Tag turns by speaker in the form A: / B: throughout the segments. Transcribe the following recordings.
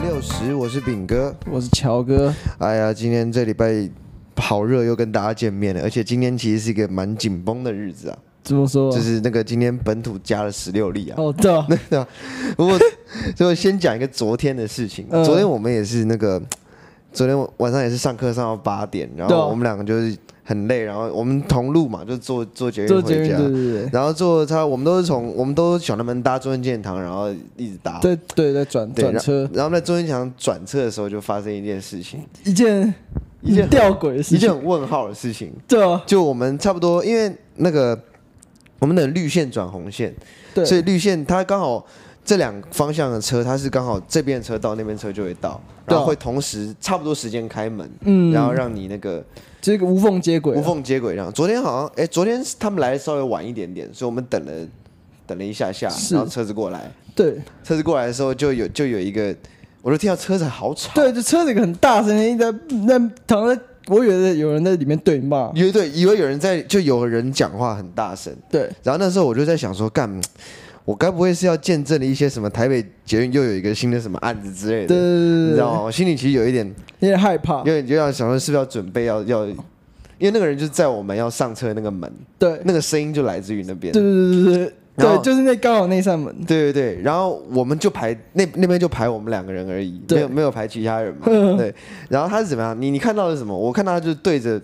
A: 六十，我是饼哥。
B: 我是乔哥，
A: 哎呀，今天这礼拜好热，又跟大家见面了，而且今天其实是一个蛮紧绷的日子啊，
B: 怎么说？
A: 就是那个今天本土加了十六例啊。
B: 哦，对啊，
A: 不过，所以我先讲一个昨天的事情。
B: 嗯
A: 昨天我们也是那个，昨天晚上也是上课上到八点，然
B: 对啊
A: 后我们两个就是很累，然后我们同路嘛，就坐坐捷
B: 做
A: 运
B: 节
A: 回
B: 目
A: 家。
B: 对对
A: 然后坐他，我们都是从我们都是小南门搭中正纪念堂，然后一直搭。
B: 对，在对在转
A: 对
B: 转车，
A: 然后在中间墙转车的时候，就发生一件事情，
B: 一件
A: 一件很
B: 吊诡的
A: 一
B: 事
A: 件
B: 情，
A: 很问号的事情。
B: 对啊，
A: 就我们差不多，因为那个我们的绿线转红线，
B: 对，
A: 所以绿线它刚好这两方向的车，它是刚好这边的车到那边车就会到，
B: 对啊
A: 然后会同时差不多时间开门，
B: 嗯，
A: 然后让你那个
B: 这个无缝接轨啊，
A: 无缝接轨这样。昨天好像，哎、昨天他们来的稍微晚一点点，所以我们等了等了一下下，
B: 是
A: 然后车子过来，
B: 对
A: 车子过来的时候就有就有一个，我就听到车子好吵，
B: 对，这车子个很大声，一直在那躺在，我以为有人在里面对骂，
A: 以为对，以为有人在，就有人讲话很大声。
B: 对，
A: 然后那时候我就在想说，干，我该不会是要见证了一些什么台北捷运又有一个新的什么案子之类的？
B: 对对啊
A: 你知
B: 对对
A: 道吗？我心里其实有一点，
B: 有点害怕
A: 有，点就要想说，是不是要准备要要，因为那个人就是在我们要上车的那个门，
B: 对，
A: 那个声音就来自于那边。
B: 对对对对对
A: 然后
B: 对，就是那刚好那扇门，
A: 对对对，然后我们就排那那边就排我们两个人而已，没
B: 对
A: 有没有排其他 人嘛。
B: 嗯
A: 对，然后他是怎么样？你你看到的是什么？我看到他就对着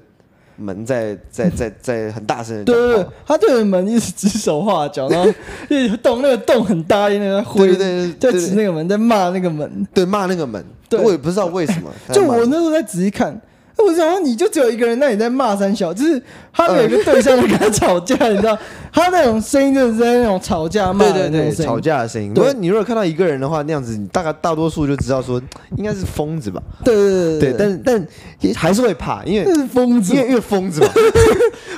A: 门在在在在很大声的
B: 对对
A: 讲
B: 对
A: 话。，
B: 他对着门一直指手画脚， 然后一直动那个洞很大，一直在挥，
A: 对对对
B: 在
A: 对对
B: 指那个门，在骂那个门。
A: 对骂那个门，
B: 对
A: 我也不知道为什么。
B: 就
A: 他骂
B: 我那时候在仔细看，哎我想说你就只有一个人，那你在骂三小，就是他
A: 嗯
B: 有一个对象在跟他吵架，你知道，他那种声音就是在那种吵架骂
A: 对
B: 的
A: 对
B: 那
A: 对
B: 种声
A: 吵
B: 音，
A: 架的声音。不
B: 对
A: 过你如果看到一个人的话，那样子你大概大多数就知道说应该是疯子吧。
B: 对对
A: 对，
B: 对嗯
A: 但但也还是会怕，因为
B: 那是疯子
A: 因，为因为疯 子嘛，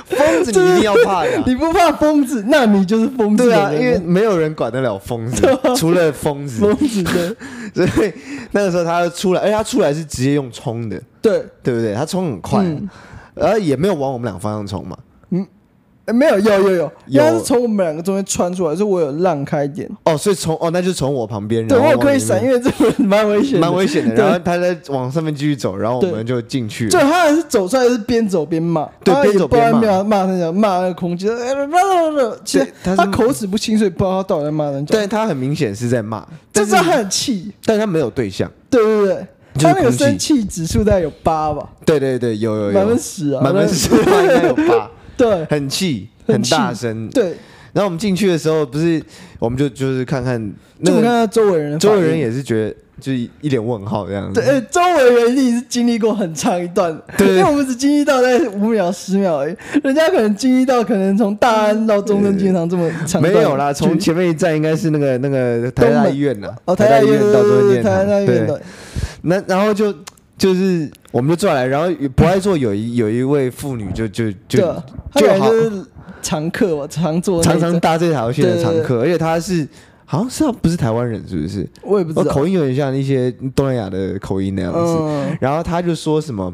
A: 疯子你一定要怕呀。
B: 你不怕疯子，那你就是疯子
A: 对
B: 的
A: 啊，
B: 人，
A: 因为没有人管得了疯子，除了疯子。
B: 啊 疯子的，
A: 所以那个时候他出来，而且哎他出来是直接用冲的，
B: 对，
A: 对不对？他冲很快、
B: 嗯
A: 然后也没有往我们俩方向冲嘛。
B: 哎没有有有有，因
A: 有
B: 为他是从我们两个中间穿出来，所以我有让开一点，
A: 哦，所以从哦，那就从我旁边，
B: 对
A: 然后
B: 我
A: 往
B: 可以
A: 你那
B: 闪，因
A: 边，
B: 为这个蛮危险的，
A: 蛮危险的。
B: 对
A: 然后他在往上面继续走，然后我
B: 对
A: 们就进去了。
B: 就他还是走出来是边走边骂，
A: 对
B: 他也
A: 边走边骂
B: 不知道骂骂三角，骂那个空气，哎不不不不其实
A: 对他
B: 他
A: 是
B: 口齿不清，所以不知道他到底在骂三角。
A: 但他很明显是在骂，但
B: 这是他很气，
A: 但他没有对象。
B: 对对对，
A: 就是
B: 他那个
A: 空气
B: 生气指数大概有八吧，
A: 对对对，有有有，
B: 百分之十啊，
A: 满分十，应该有吧？
B: 对
A: 很气，
B: 很
A: 很
B: 气
A: 大声。
B: 对，
A: 然后我们进去的时候，不是我们就就是看看
B: 就
A: 那
B: 我看
A: 个
B: 他周围人的反应，
A: 周围人也是觉得就是一脸问号这样子。
B: 对，哎，周围人一定是经历过很长一段，
A: 对
B: 因为我们只经历到在五秒、十秒而已，人家可能经历到可能从大安到中正纪念堂这么长，
A: 呃没有啦，从前面一站应该是那个那个台大医院呐，
B: 哦台
A: 台
B: 大
A: 大
B: 医
A: 医
B: 院
A: 院到中
B: 对对对
A: 间
B: 台大医院
A: 对
B: 的，
A: 那然后就就是我们就坐下来，然后不爱坐有一有一位妇女就就就
B: 对，啊他
A: 就
B: 感觉
A: 好
B: 就是常客嘛，常坐那
A: 常
B: 一
A: 常
B: 站
A: 搭这条线的常
B: 对对
A: 客，而且她是好像是她不是台湾人，是不是？
B: 我也不
A: 我
B: 知道，
A: 口音有点像一些东南亚的口音那样子。
B: 嗯，
A: 然后她就说什么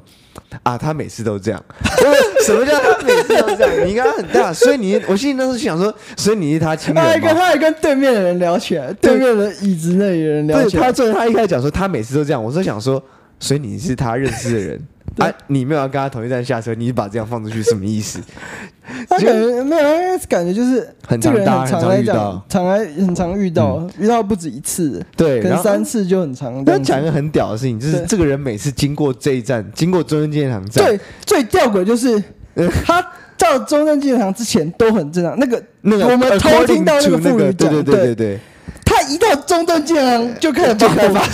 A: 啊，她每次都这样。 我什么叫她每次都这样？你应该很大，所以你我心里那时候想说，所以你是她亲
B: 他还
A: 人
B: 哎跟
A: 吗？
B: 他还跟对面的人聊起来，对
A: 啊对
B: 面的椅子那里的人聊
A: 对，
B: 起来
A: 她，最后她一开始讲说她每次都这样，我是想说，所以你是她认识的 人。啊！你没有要跟她同一站下车，你把这样放出去什么意 思？
B: 他感觉没有，他感觉就是
A: 很
B: 这
A: 常
B: 个人
A: 搭
B: 很
A: 很常
B: 来
A: 遇
B: 讲
A: 到，嗯
B: 常来很常遇到，遇到不止一次，
A: 对，
B: 可能
A: 然后
B: 三次就很常这
A: 要
B: 样子。
A: 讲一个很屌的事情，就是
B: 对
A: 这个人每次经过这一站，经过中正纪念堂站，
B: 对，最吊诡就是
A: 嗯
B: 他到中正纪念堂之前都很正常，那个
A: 那个
B: 我们偷
A: according
B: 听到那
A: to
B: 个妇
A: 对
B: 女讲，
A: 对对对 对，
B: 他一到中正纪念堂就开始爆
A: 开始
B: 发，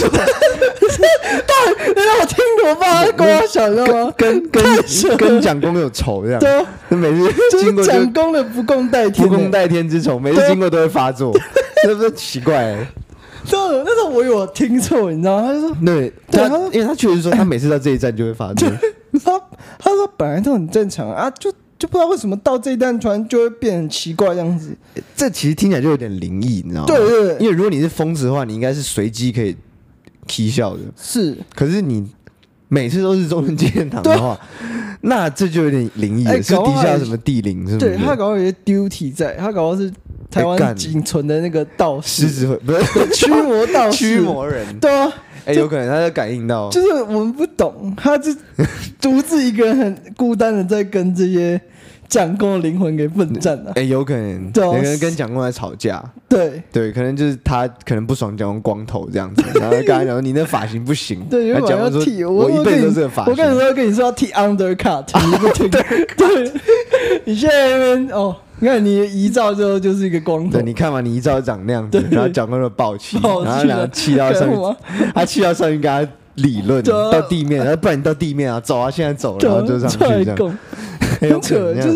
B: 他让我听我爸跟我想，知道吗？
A: 跟跟
B: 太扯了
A: 跟蒋公有仇这样，
B: 对啊，
A: 那每次
B: 就
A: 经
B: 是
A: 过就
B: 讲公的不共戴天，
A: 不共戴天之仇，每次
B: 对啊
A: 经过都会发作，这不是奇怪欸？
B: 对。那时候我有听错，你知道吗？他就说
A: 对，
B: 对
A: 他
B: 啊他
A: 因为他确实说他每次到这一站就会发作，
B: 他他说本来都很正常啊，就就不知道为什么到这一段船就会变很奇怪这样子。
A: 这其实听起来就有点灵异，你知道吗？
B: 对对对，
A: 因为如果你是疯子的话，你应该是随机可以啼笑的，
B: 是。
A: 可是你每次都是中正纪念堂的话，那这就有点灵异
B: 啊哎
A: 了，是
B: 搞不
A: 底
B: 好
A: 下
B: 还
A: 有什么地灵是不是？
B: 对他搞到有些 duty 在，他搞到是台
A: 哎
B: 湾
A: 干
B: 仅存的那个道
A: 狮
B: 士，
A: 子会不是
B: 驱魔道士，
A: 驱，魔人，
B: 哦对啊，
A: 哎，有可能他在感应到，
B: 就是我们不懂，他就独自一个人很孤单的在跟这些蒋公的灵魂给奋战啊。
A: 哎，有可能，
B: 对啊
A: 有可能跟蒋公在吵架，
B: 对
A: 对，可能就是他可能不爽蒋公光头这样 子，然后跟他讲说你那发型不行，
B: 对，因为
A: 然后
B: 我
A: 蒋
B: 要
A: 公
B: 剃，
A: 说我一辈
B: 跟
A: 子
B: 你
A: 都是这个发
B: 我跟你
A: 型，
B: 说，跟你说要剃 undercut，你不听。对， 你现在那边哦，你看你遗照之后就是一个光头
A: 对，，你看嘛，你一照长那样子，然后蒋公就暴气，然
B: 暴气
A: 后两个
B: 了
A: 气到上
B: 可
A: 面
B: 恶啊
A: 他气到上去跟他理论，
B: 对啊
A: 到地面，然后不然你到地面啊，走啊，现在走，然后就上去这样，
B: 样，
A: 很 有可
B: 很扯，
A: 能这样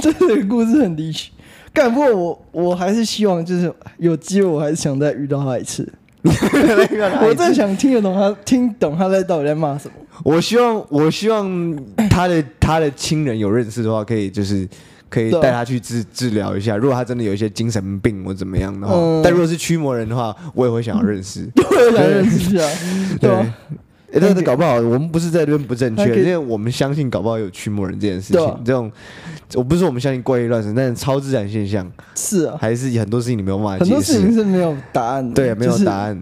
B: 就是这个故事很离奇。干不过我，我还是希望就是有机会，我还是想再遇到他一次。我真的想听得懂他，听懂他在到底在 骂什么。
A: 我希望，我希望他的他的亲人有认识的话，可以就是可以
B: 对啊
A: 带他去治治疗一下。如果他真的有一些精神病或怎么样的话，
B: 嗯
A: 但如果是驱魔人的话，我也会想要认识。
B: 我想认识啊，对吧？
A: 诶但是搞不好我们不是在这边不正确
B: 还，可
A: 因
B: 以
A: 为我们相信搞不好有驱魔人这件事情
B: 对啊。
A: 这种我不是说我们相信怪力乱神，但是超自然现象
B: 是啊，
A: 还是很多事情你没有办法
B: 很多
A: 解
B: 事情
A: 释。
B: 是没有答案的，
A: 对，没有
B: 就是
A: 答案。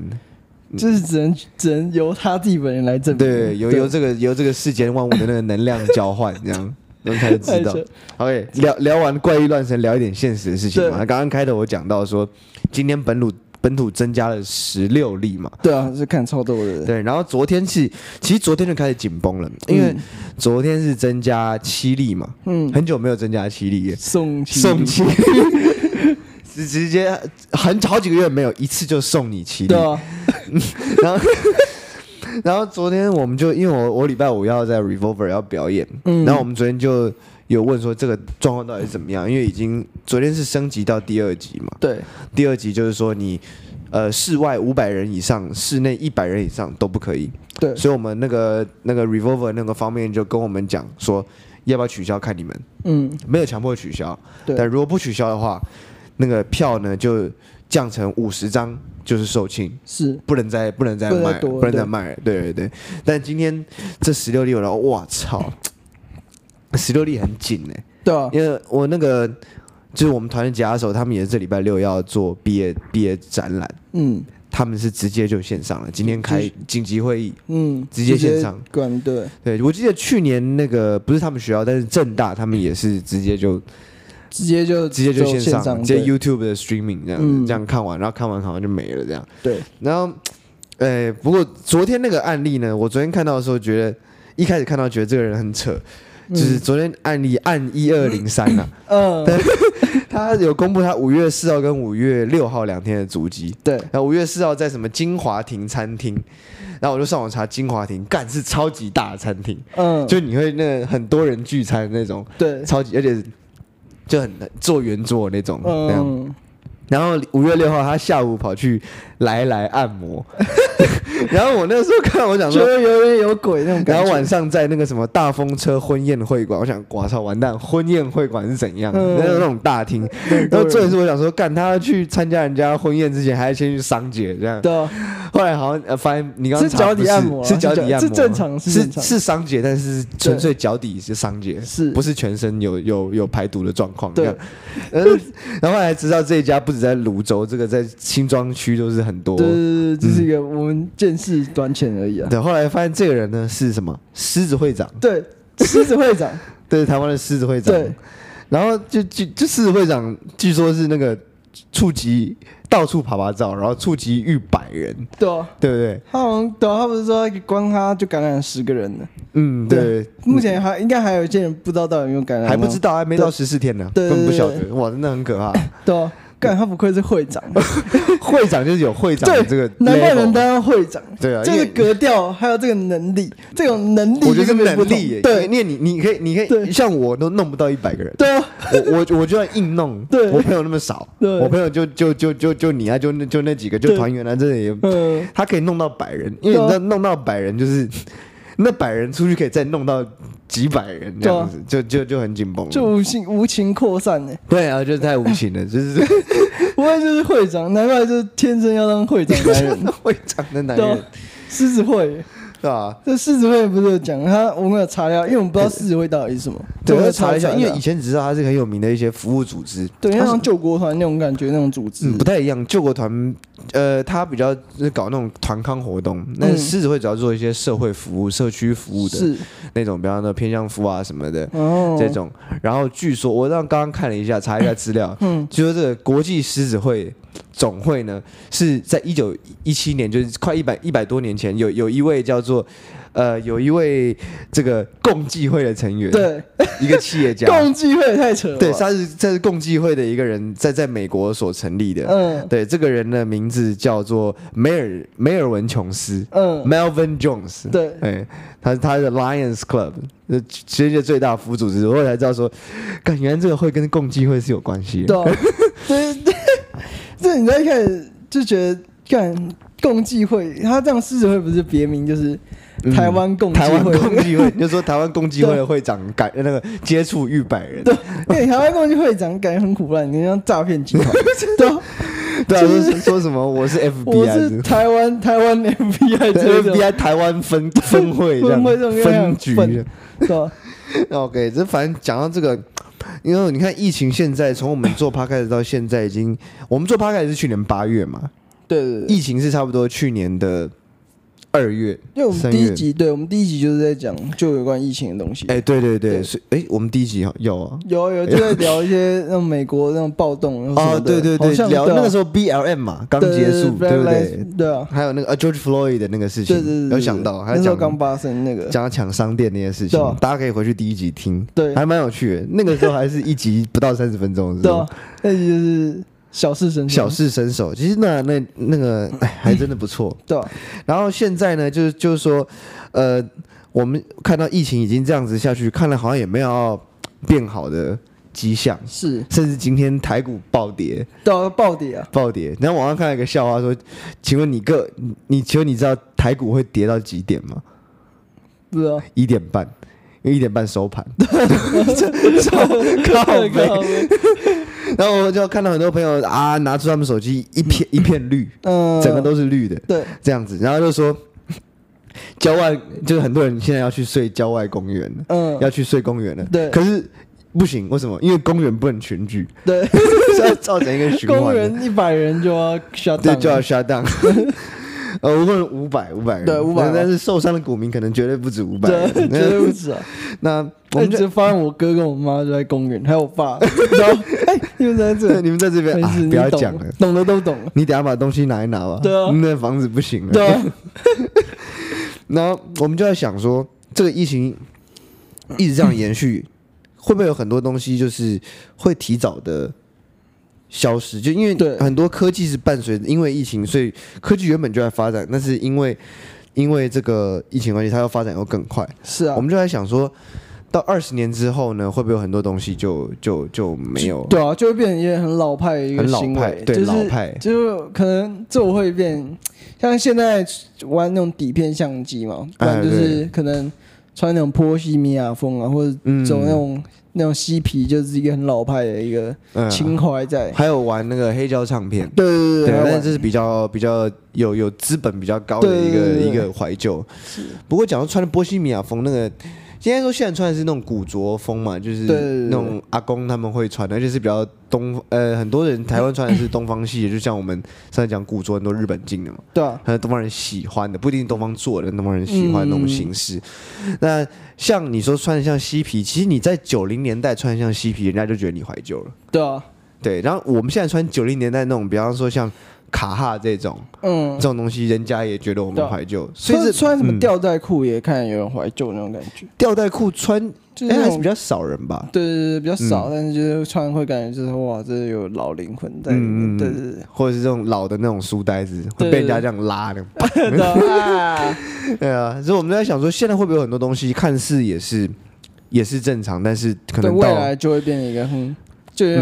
B: 就是只能只能由他自己本人来证
A: 嗯
B: 明。
A: 对，由由这个由这个世间万物的那个能量交换，这样，然后才知道
B: 太扯。
A: OK，聊聊完怪异乱神，聊一点现实的事情嘛。
B: 对
A: 刚刚开头我讲到说，今天本土本土增加了十六例嘛。
B: 对啊，是看超多的人。
A: 对，然后昨天是，其实昨天就开始紧绷了，因为
B: 嗯
A: 昨天是增加七例嘛，
B: 嗯，
A: 很久没有增加七例耶，
B: 送亲
A: 送七， 直直接很好几个月没有一次就送你七例
B: 对，啊，
A: 然后，然后昨天我们就因为我我礼拜五要在 Revolver 要表演，
B: 嗯
A: 然后我们昨天就有问说这个状况到底是怎么样，因为已经昨天是升级到第二级嘛，
B: 对
A: 第二级就是说你呃室外五百人以上，室内一百人以上都不可以，
B: 对
A: 所以我们那个那个 Revolver 那个方面就跟我们讲说要不要取消，看你们
B: 嗯，
A: 没有强迫取消，
B: 对
A: 但如果不取消的话，那个票呢就降成五十张，就是售罄。
B: 是
A: 不能再不能再
B: 不能再
A: 卖了，
B: 多了
A: 不能再卖了。对对对，但今天这十六粒我来，哇操，十六粒很紧哎、
B: 对啊，
A: 因为我那个就是我们团的吉他手，他们也是这礼拜六要做毕业毕业展览，
B: 嗯
A: 他们是直接就线上了，今天开
B: 就是
A: 紧急会议。
B: 嗯，
A: 直接线上
B: 管对，
A: 对，我记得去年那个不是他们学校，但是正大他们也是直接就
B: 直接就
A: 直接就线上，
B: 上，
A: 直接
B: 对
A: YouTube 的 streaming 这样子，
B: 嗯
A: 这样看完，然后看完看完就没了这样。
B: 对
A: 然后，呃，不过昨天那个案例呢，我昨天看到的时候，觉得一开始看到觉得这个人很扯，就是昨天案例案一二零三 啊，
B: 嗯
A: 对他有公布他五月四号跟五月六号两天的足迹，
B: 对
A: 然后五月四号在什么金华亭餐厅，然后我就上网查金华亭，干是超级大的餐厅，
B: 嗯
A: 就你会那很多人聚餐那种，
B: 对
A: 超级而且就很坐圆桌那种，那样。
B: 嗯
A: 然后五月六号，他下午跑去来来按摩， 然后我那时候看，我想
B: 觉
A: 说，
B: 得有点有鬼那种感觉。
A: 然后晚上在那个什么大风车婚宴会馆，我想，哇操，完蛋，婚宴会馆是怎样？
B: 嗯
A: 那那种大厅。然后重点是，我想说，干他去参加人家婚宴之前，还要先去桑姐这样。
B: 对啊，
A: 后来好像呃，发现你刚刚
B: 是
A: 查
B: 脚
A: 不
B: 底
A: 是
B: 按摩啊
A: 是脚
B: 是
A: 底
B: 脚
A: 按摩，
B: 是正常是
A: 是
B: 正常
A: 是桑姐，但是纯粹脚底是桑姐，
B: 是
A: 不是全身有有有排毒的状况。
B: 对
A: 这样，呃 然后后来知道这一家不止在泸州，这个在新庄区都是很多。
B: 对对对，这是
A: 嗯
B: 一个我们见识短浅而已啊。
A: 对，后来发现这个人呢是什么狮子会长，
B: 对，狮子会长，
A: 对，台湾的狮子会长。
B: 对，
A: 然后就就就狮子会长，据说是那个触及到处爬爬照，然后触及逾百人，
B: 对啊。
A: 对不对？
B: 他好像对啊，他不是说光他就感染了十个人呢。
A: 嗯，对。
B: 目前还应该还有一些人不知道到底有没有感染，
A: 还不知
B: 道。
A: 道，还没到十四天呢，
B: 嗯对
A: 根本不
B: 对
A: 晓
B: 对
A: 得。哇，真的很可怕。
B: 对啊，干他不愧是会长，
A: 会长就是有会长的
B: 对，
A: 这个，
B: 难怪能。当会长。
A: 对啊
B: 这
A: 因
B: 个
A: 为
B: 格调还有这个能力，这种能力
A: 我觉得是
B: 根本不
A: 能
B: 同
A: 力耶，
B: 对
A: 因为你你可以你可以
B: 对
A: 像我都弄不到一百个人，
B: 对啊，
A: 我我我就要硬弄，
B: 对
A: 我朋友那么少，
B: 对
A: 我朋友就就就就就你啊，就那就那几个，就
B: 对
A: 团员啊，这里也
B: 嗯，
A: 他可以弄到百人，因为你知
B: 对
A: 道
B: 啊
A: 弄到百人就是那百人出去可以再弄到几百人这样子，就就就很紧绷了，
B: 啊就无情无情扩散呢。
A: 对啊，就是太无情 了，就是
B: 不会就是 会长，难怪就是天生要当会长的男人，
A: 会长的男
B: 对啊
A: 人，
B: 狮子会耶，
A: 对啊吧？
B: 这世子会不是有讲他，我们有查料，因为我们不知道世子会到底是什么。
A: 对，我
B: 我
A: 有
B: 有
A: 查了一下，因为以
B: 以
A: 前只知道它是很有名的一些服务组织，
B: 对，
A: 它是
B: 像救国团那种感觉，那种组织
A: 嗯，不。太一样。救国团，呃，他比较就是搞那种团康活动，那
B: 嗯
A: 狮子会主要做一些社会服务、社区服务的
B: 是
A: 那种，比方说偏向服啊什么的
B: 哦，
A: 这种。然后据说我让刚刚看了一下，查一下资料，
B: 嗯
A: 据说这个国际狮子会总会呢，是在一九一七年，就是快一百一百多年前，有有一位叫做。呃，有一位这个共济会的成员，，
B: 对，
A: 一个企业家，
B: 共济会也太扯了吧。
A: 对，他是这是共济会的一个人在在美国所成立的。
B: 嗯
A: 对，这个人的名字叫做梅尔梅尔文琼斯
B: 嗯，
A: （Melvin Jones）。
B: 对
A: 哎，他他的 Lions Club，呃，全世界最大服组织。我后来才知道说，感原来这个会跟共济会是有关系的。
B: 对 啊，对 对，这你在一开始就觉得干共济会，他这样狮子会不是别名就是
A: 嗯
B: 台湾共济
A: 台湾
B: 会。
A: 共济会，你 就说台湾共济会的会长改那个接触逾百人，
B: 对，对，台湾共济会长感觉很苦难，你像诈骗 集团。对啊，
A: 对啊，
B: 就
A: 说
B: 是
A: 说什么我是
B: 我
A: FBI，
B: 是台湾台湾 FBI 这
A: 对
B: 一种
A: FBI 台湾分分会这样
B: 分会这种
A: 分局这
B: 分
A: 样。
B: 对啊吧？
A: OK，这反正讲到这个，因为你看疫情现在从我们做 p 开始到现在，已经我们做 p 开始是去年八月嘛，
B: 对对对，
A: 疫情是差不多去年的二月
B: 因为我们
A: 三
B: 第一
A: 月。
B: 集，对我们第一集就是在讲就有关疫情的东西。
A: 哎、对对对，
B: 对
A: 是哎、我们第一集有有啊。
B: 有有就在聊一些那种美国那种暴动然后什
A: 哦，
B: 么的
A: 对对对
B: 好，像
A: 聊那个时
B: 候
A: 候 BLM 嘛，刚结束，对不对？？
B: 对啊，
A: 还有那个呃 George Floyd 的那个事情，
B: 对对对，对
A: 有想到，还有
B: 那时候
A: 讲
B: 刚发生那个，
A: 讲到抢商店那些事情
B: 对啊，
A: 大家可以回去第一集听，
B: 对
A: 还蛮有趣的。那个时候还是一集不到三十分钟，是
B: 对
A: 吧
B: 啊？，那集就是小事神
A: 小试身手，其实那那那个哎还真的不错。
B: 对啊，
A: 然后现在呢，就是就是说，呃，我们看到疫情已经这样子下去，看来好像也没有要变好的迹象，
B: 是
A: 甚至今天台股暴跌
B: 对啊，暴跌啊，
A: 暴跌。然后网上看到一个笑话说，请问你个你你请问你知道台股会跌到几点吗？
B: 不 知道，
A: 一点半，因为一点半收盘， 超靠背。然后我就看到很多朋友啊，拿出他们手机一片一片绿，
B: 嗯，
A: 整个都是绿的。
B: 对，
A: 这样子，然后就说郊外就是很多人现在要去睡郊外公园了，
B: 嗯，
A: 要去睡公园了。
B: 对
A: 可是不行，为什么？因为公园不能群 聚，
B: 对，
A: 所以造成一个循环。
B: 公园一百人就要 shut
A: 对
B: down，
A: 就要 shut down。呃，无论五百五百人，
B: 对500
A: 但但是受伤的股民可能绝对不止五百
B: 对，绝对不止啊！哎
A: 那 我
B: 我
A: 们
B: 只
A: 就，
B: 发现我哥跟我妈就在公园，还有我爸，然后哎，你们在这
A: 你们在这边
B: 没
A: 啊
B: 事，，
A: 不要
B: 你懂
A: 讲了，
B: 懂的都懂了，
A: 你等下把东西拿一拿吧。
B: 对啊
A: 你们的房子不行了。
B: 对啊，
A: 然后我们就在想说，这个疫情一直这样延续，会不会有很多东西就是会提早的消失？就因为
B: 对
A: 很多科技是伴随因为疫情，所以科技原本就在发展，但是因为因为这个疫情关系，它要发展又更快。
B: 是啊
A: 我，们就在想说，到二十年之后呢，会不会有很多东西就就就没有？
B: 对啊，就会变成一个很老派的一个
A: 很老
B: 行
A: 派
B: 为，
A: 对
B: 就是
A: 老派
B: 就是可能这我会变，像现在玩那种底片相机嘛，不
A: 哎
B: 然就
A: 对
B: 是可能穿那种波西米亚风啊，或者
A: 嗯
B: 走那种、那种嬉皮，就是一个很老派的一个
A: 嗯，
B: 情怀在。
A: 还有玩那个黑胶唱片。
B: 对对
A: 对，
B: 对
A: 但
B: 对
A: 是这
B: 对，
A: 是比较比较有有资本比较高的一个
B: 对对对
A: 一个怀旧。不过讲到穿的波西米亚风那个，应该说现在穿的是那种古着风嘛，就是
B: 对对对对
A: 那种阿公他们会穿的，而且是比较东呃很多人台湾穿的是东方系，就像我们上次讲古着很多日本进的嘛，
B: 对啊，
A: 很多东方人喜欢的，不一定东方做的，东方人喜欢的那种
B: 嗯
A: 形式。那像你说穿的像嬉皮，其实你在九零年代穿的像嬉皮，人家就觉得你怀旧了。
B: 对啊，
A: 对，然后我们现在穿九零年代那种，比方说像卡哈这种
B: 嗯
A: 这。种东西，人家也觉得我
B: 对
A: 们
B: 啊
A: 怀旧，所以
B: 穿
A: 这
B: 穿什么
A: 嗯
B: 吊带裤也看有人怀旧那种感觉，
A: 吊带裤穿，
B: 就是
A: 哎、
B: 那
A: 还是
B: 种
A: 比较嗯少人吧，
B: 对对对比较少，但是就是穿会感觉就是哇，这有老灵魂在里
A: 嗯嗯嗯
B: 面，对对对。
A: 或者是这种老的那种书呆子会被人家这样拉的。
B: 对啊，
A: 对啊，所以我们在想说，现在会不会有很多东西看似也是也是正常，但是可
B: 对
A: 能
B: 未
A: 到嗯
B: 来就会变成一个很，就有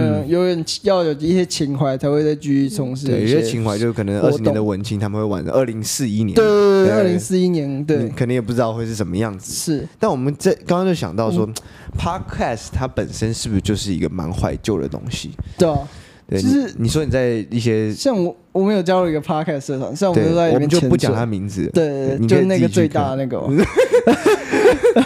B: 点要有一些情怀才会再继续从事
A: 对有
B: 一
A: 些情怀，就可能二
B: 活
A: 十年的
B: 动
A: 文青他们会玩的，二零四一年，
B: 对对对，
A: 对嗯
B: 二零四一年
A: 你
B: 对
A: 可能也不知道会是什么样子。
B: 是，
A: 但我们这刚刚就想到说、p o d c a s t 它本身是不是就是一个蛮怀旧的东西？
B: 对啊，
A: 对，
B: 就
A: 你
B: 是
A: 你说你在一些，
B: 像我，我们有加入一个 podcast 社团，虽然我们
A: 对
B: 都在，里
A: 我
B: 面
A: 们就
B: 潜
A: 不
B: 水
A: 讲他名字，
B: 对，
A: 你
B: 就
A: 可以
B: 是那个
A: 自己去
B: 最大的
A: 看
B: 那个嘛。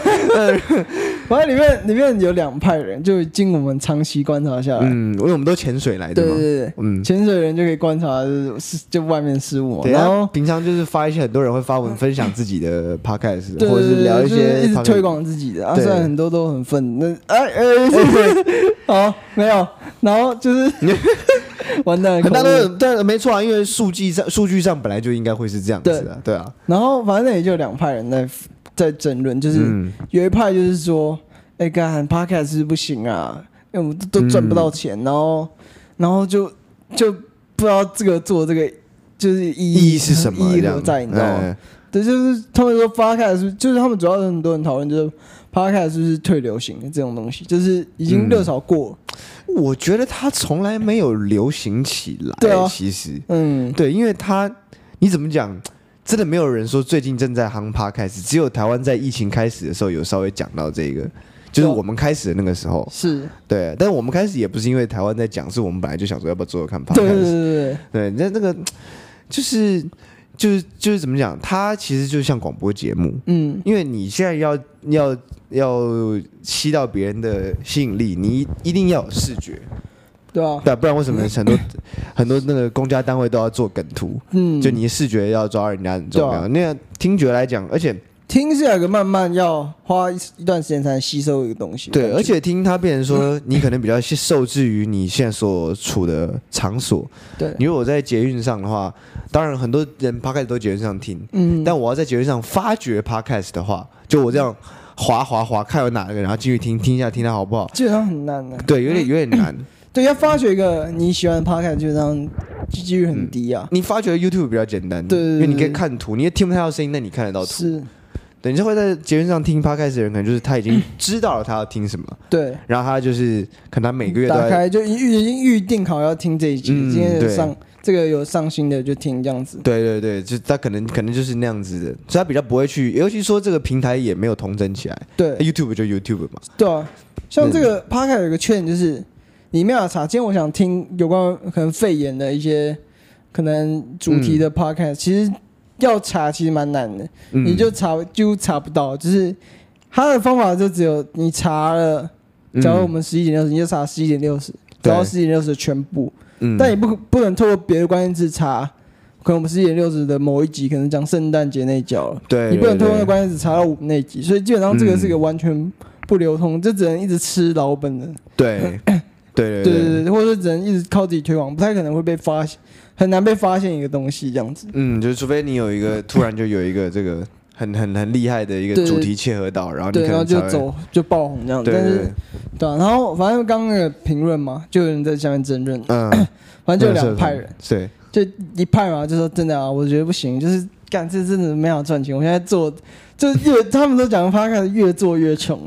B: 反正里面里面有两派人，就经我们长期观察下来，
A: 嗯，因为我们都潜水来的
B: 对
A: 嘛，
B: 对对
A: 嗯
B: 对，，潜水人就可以观察是就外面事物嘛，
A: 对
B: 然
A: 啊
B: 后，
A: 平常就是发一些很多人会发文分享自己的 podcast，
B: 对
A: 或者
B: 对
A: 是
B: 对，
A: 聊一
B: 就是
A: 些
B: 一直
A: podcast
B: 推。广自己的，啊，
A: 对
B: 虽然很多都很愤，那哎 哎，好没有，然后就是 完蛋了，
A: 很大
B: 口误
A: 的，但没错啊，因为数据上数据上本来就应该会是这样子啊，对啊，
B: 然后反正也就有两派人在在争论，就是、
A: 嗯
B: 有一派就是说，哎、干 podcast 是不行啊，因为我们都都赚不到钱，
A: 嗯
B: 然后然后就就不知道这个做这个就是意
A: 意义是什么？
B: 意义
A: 这
B: 何
A: 样
B: 在，你知道吗？
A: 哎
B: 对，就是他们说 podcast 是就是他们主要有很多人讨论，就是 podcast 是不是退流行的这种东西，就是已
A: 嗯
B: 经热潮过了，
A: 我觉得它从来没有流行起来，
B: 对啊
A: 其实
B: 嗯，
A: 对，因为它你怎么讲，真的没有人说最近正在夯 podcast，只有台湾在疫情开始的时候有稍微讲到这个，就是
B: 对啊
A: 我们开始的那个时候，
B: 是，
A: 对，但是我们开始也不是因为台湾在讲，是我们本来就想说要不要做做看 podcast，
B: 对对对对
A: 对，那那个就是就是就是怎么讲，它其实就像广播节目，
B: 嗯，
A: 因为你现在要要要吸到别人的吸引力，你一定要有视觉，
B: 对啊，
A: 对啊、不然为什么很多很多那个公家单位都要做梗图？
B: 嗯，
A: 就你的视觉要抓人家很重
B: 对
A: 要，
B: 啊
A: 那样听觉来讲，而且
B: 听是有一个慢慢要花一一段时间才能吸收一个东西，
A: 对，
B: 感觉
A: 而且听它变成 说，你可能比较受制于你现在所处的场所。
B: 对，
A: 你如果在捷运上的话，当然很多人 podcast 都捷运上听，
B: 嗯，
A: 但我要在节目上发掘 podcast 的话，就我这样滑滑滑，看有哪个，然后进去听听一下，听它好不好？
B: 基本上很难的、
A: 对， 有点有点难。
B: 对，要发掘一个你喜欢的 podcast，基本上几率很低啊。
A: 你发掘 YouTube 比较简单，
B: 对对对
A: 因为你可以看图，你也听不太到声音，那你看得到图。
B: 是，
A: 对，你就会在节目上听 podcast 的人，可能就是他已 经知道了他要听什么，
B: 对，
A: 然后他就是可能他每个月都
B: 嗯打
A: 在
B: 开就预已经预定好要听这一集，
A: 嗯
B: 今天有
A: 对
B: 上这个有上新的就听这样子。
A: 对对对，就他可能可能就是那样子的，所以他比较不会去，尤其说这个平台也没有同整起来
B: 对，
A: ，YouTube 就 YouTube 嘛，
B: 对啊，像
A: 嗯
B: 这个 podcast 有个缺点就是你没有查。今天我想听有关可能肺炎的一些可能主题的 podcast，、其实要查其实蛮难的。
A: 嗯
B: 你就查几乎查不到，就是他的方法就只有你查了，假如我们十一点六十，你就查十一点六十，
A: 嗯对
B: 然后十一点六十全部，
A: 嗯，
B: 但也不不能透过别的关键字查，可能我们十一点六十的某一集可能讲圣诞节那一角了，
A: 对，
B: 你不能
A: 对
B: 透过
A: 对
B: 那关键字查到我们那一集，所以基本上这个是一个完全不
A: 嗯
B: 流通，就只能一直吃老本的，
A: 对对对
B: 对对对，或者只能一直靠自己推广，不太可能会被发现，很难被发现一个东西这样子。
A: 嗯，就是除非你有一个突然就有一个这个很很很厉害的一个
B: 对
A: 主题切合到，啊然后你
B: 对，
A: 可
B: 然后
A: 能
B: 就
A: 才会，
B: 走就爆红这样，
A: 对
B: 但
A: 对
B: 是
A: 对，
B: 对啊，然后反正刚刚那个评论嘛，就有人在下面争论，
A: 嗯，
B: 反正就
A: 那个
B: 两
A: 社
B: 派
A: 团
B: 人，，
A: 对，
B: 就一派嘛，就说真的啊，我觉得不行，就是干这真的没法赚钱，我现在做就是越他们都讲 p o d 越做 越穷，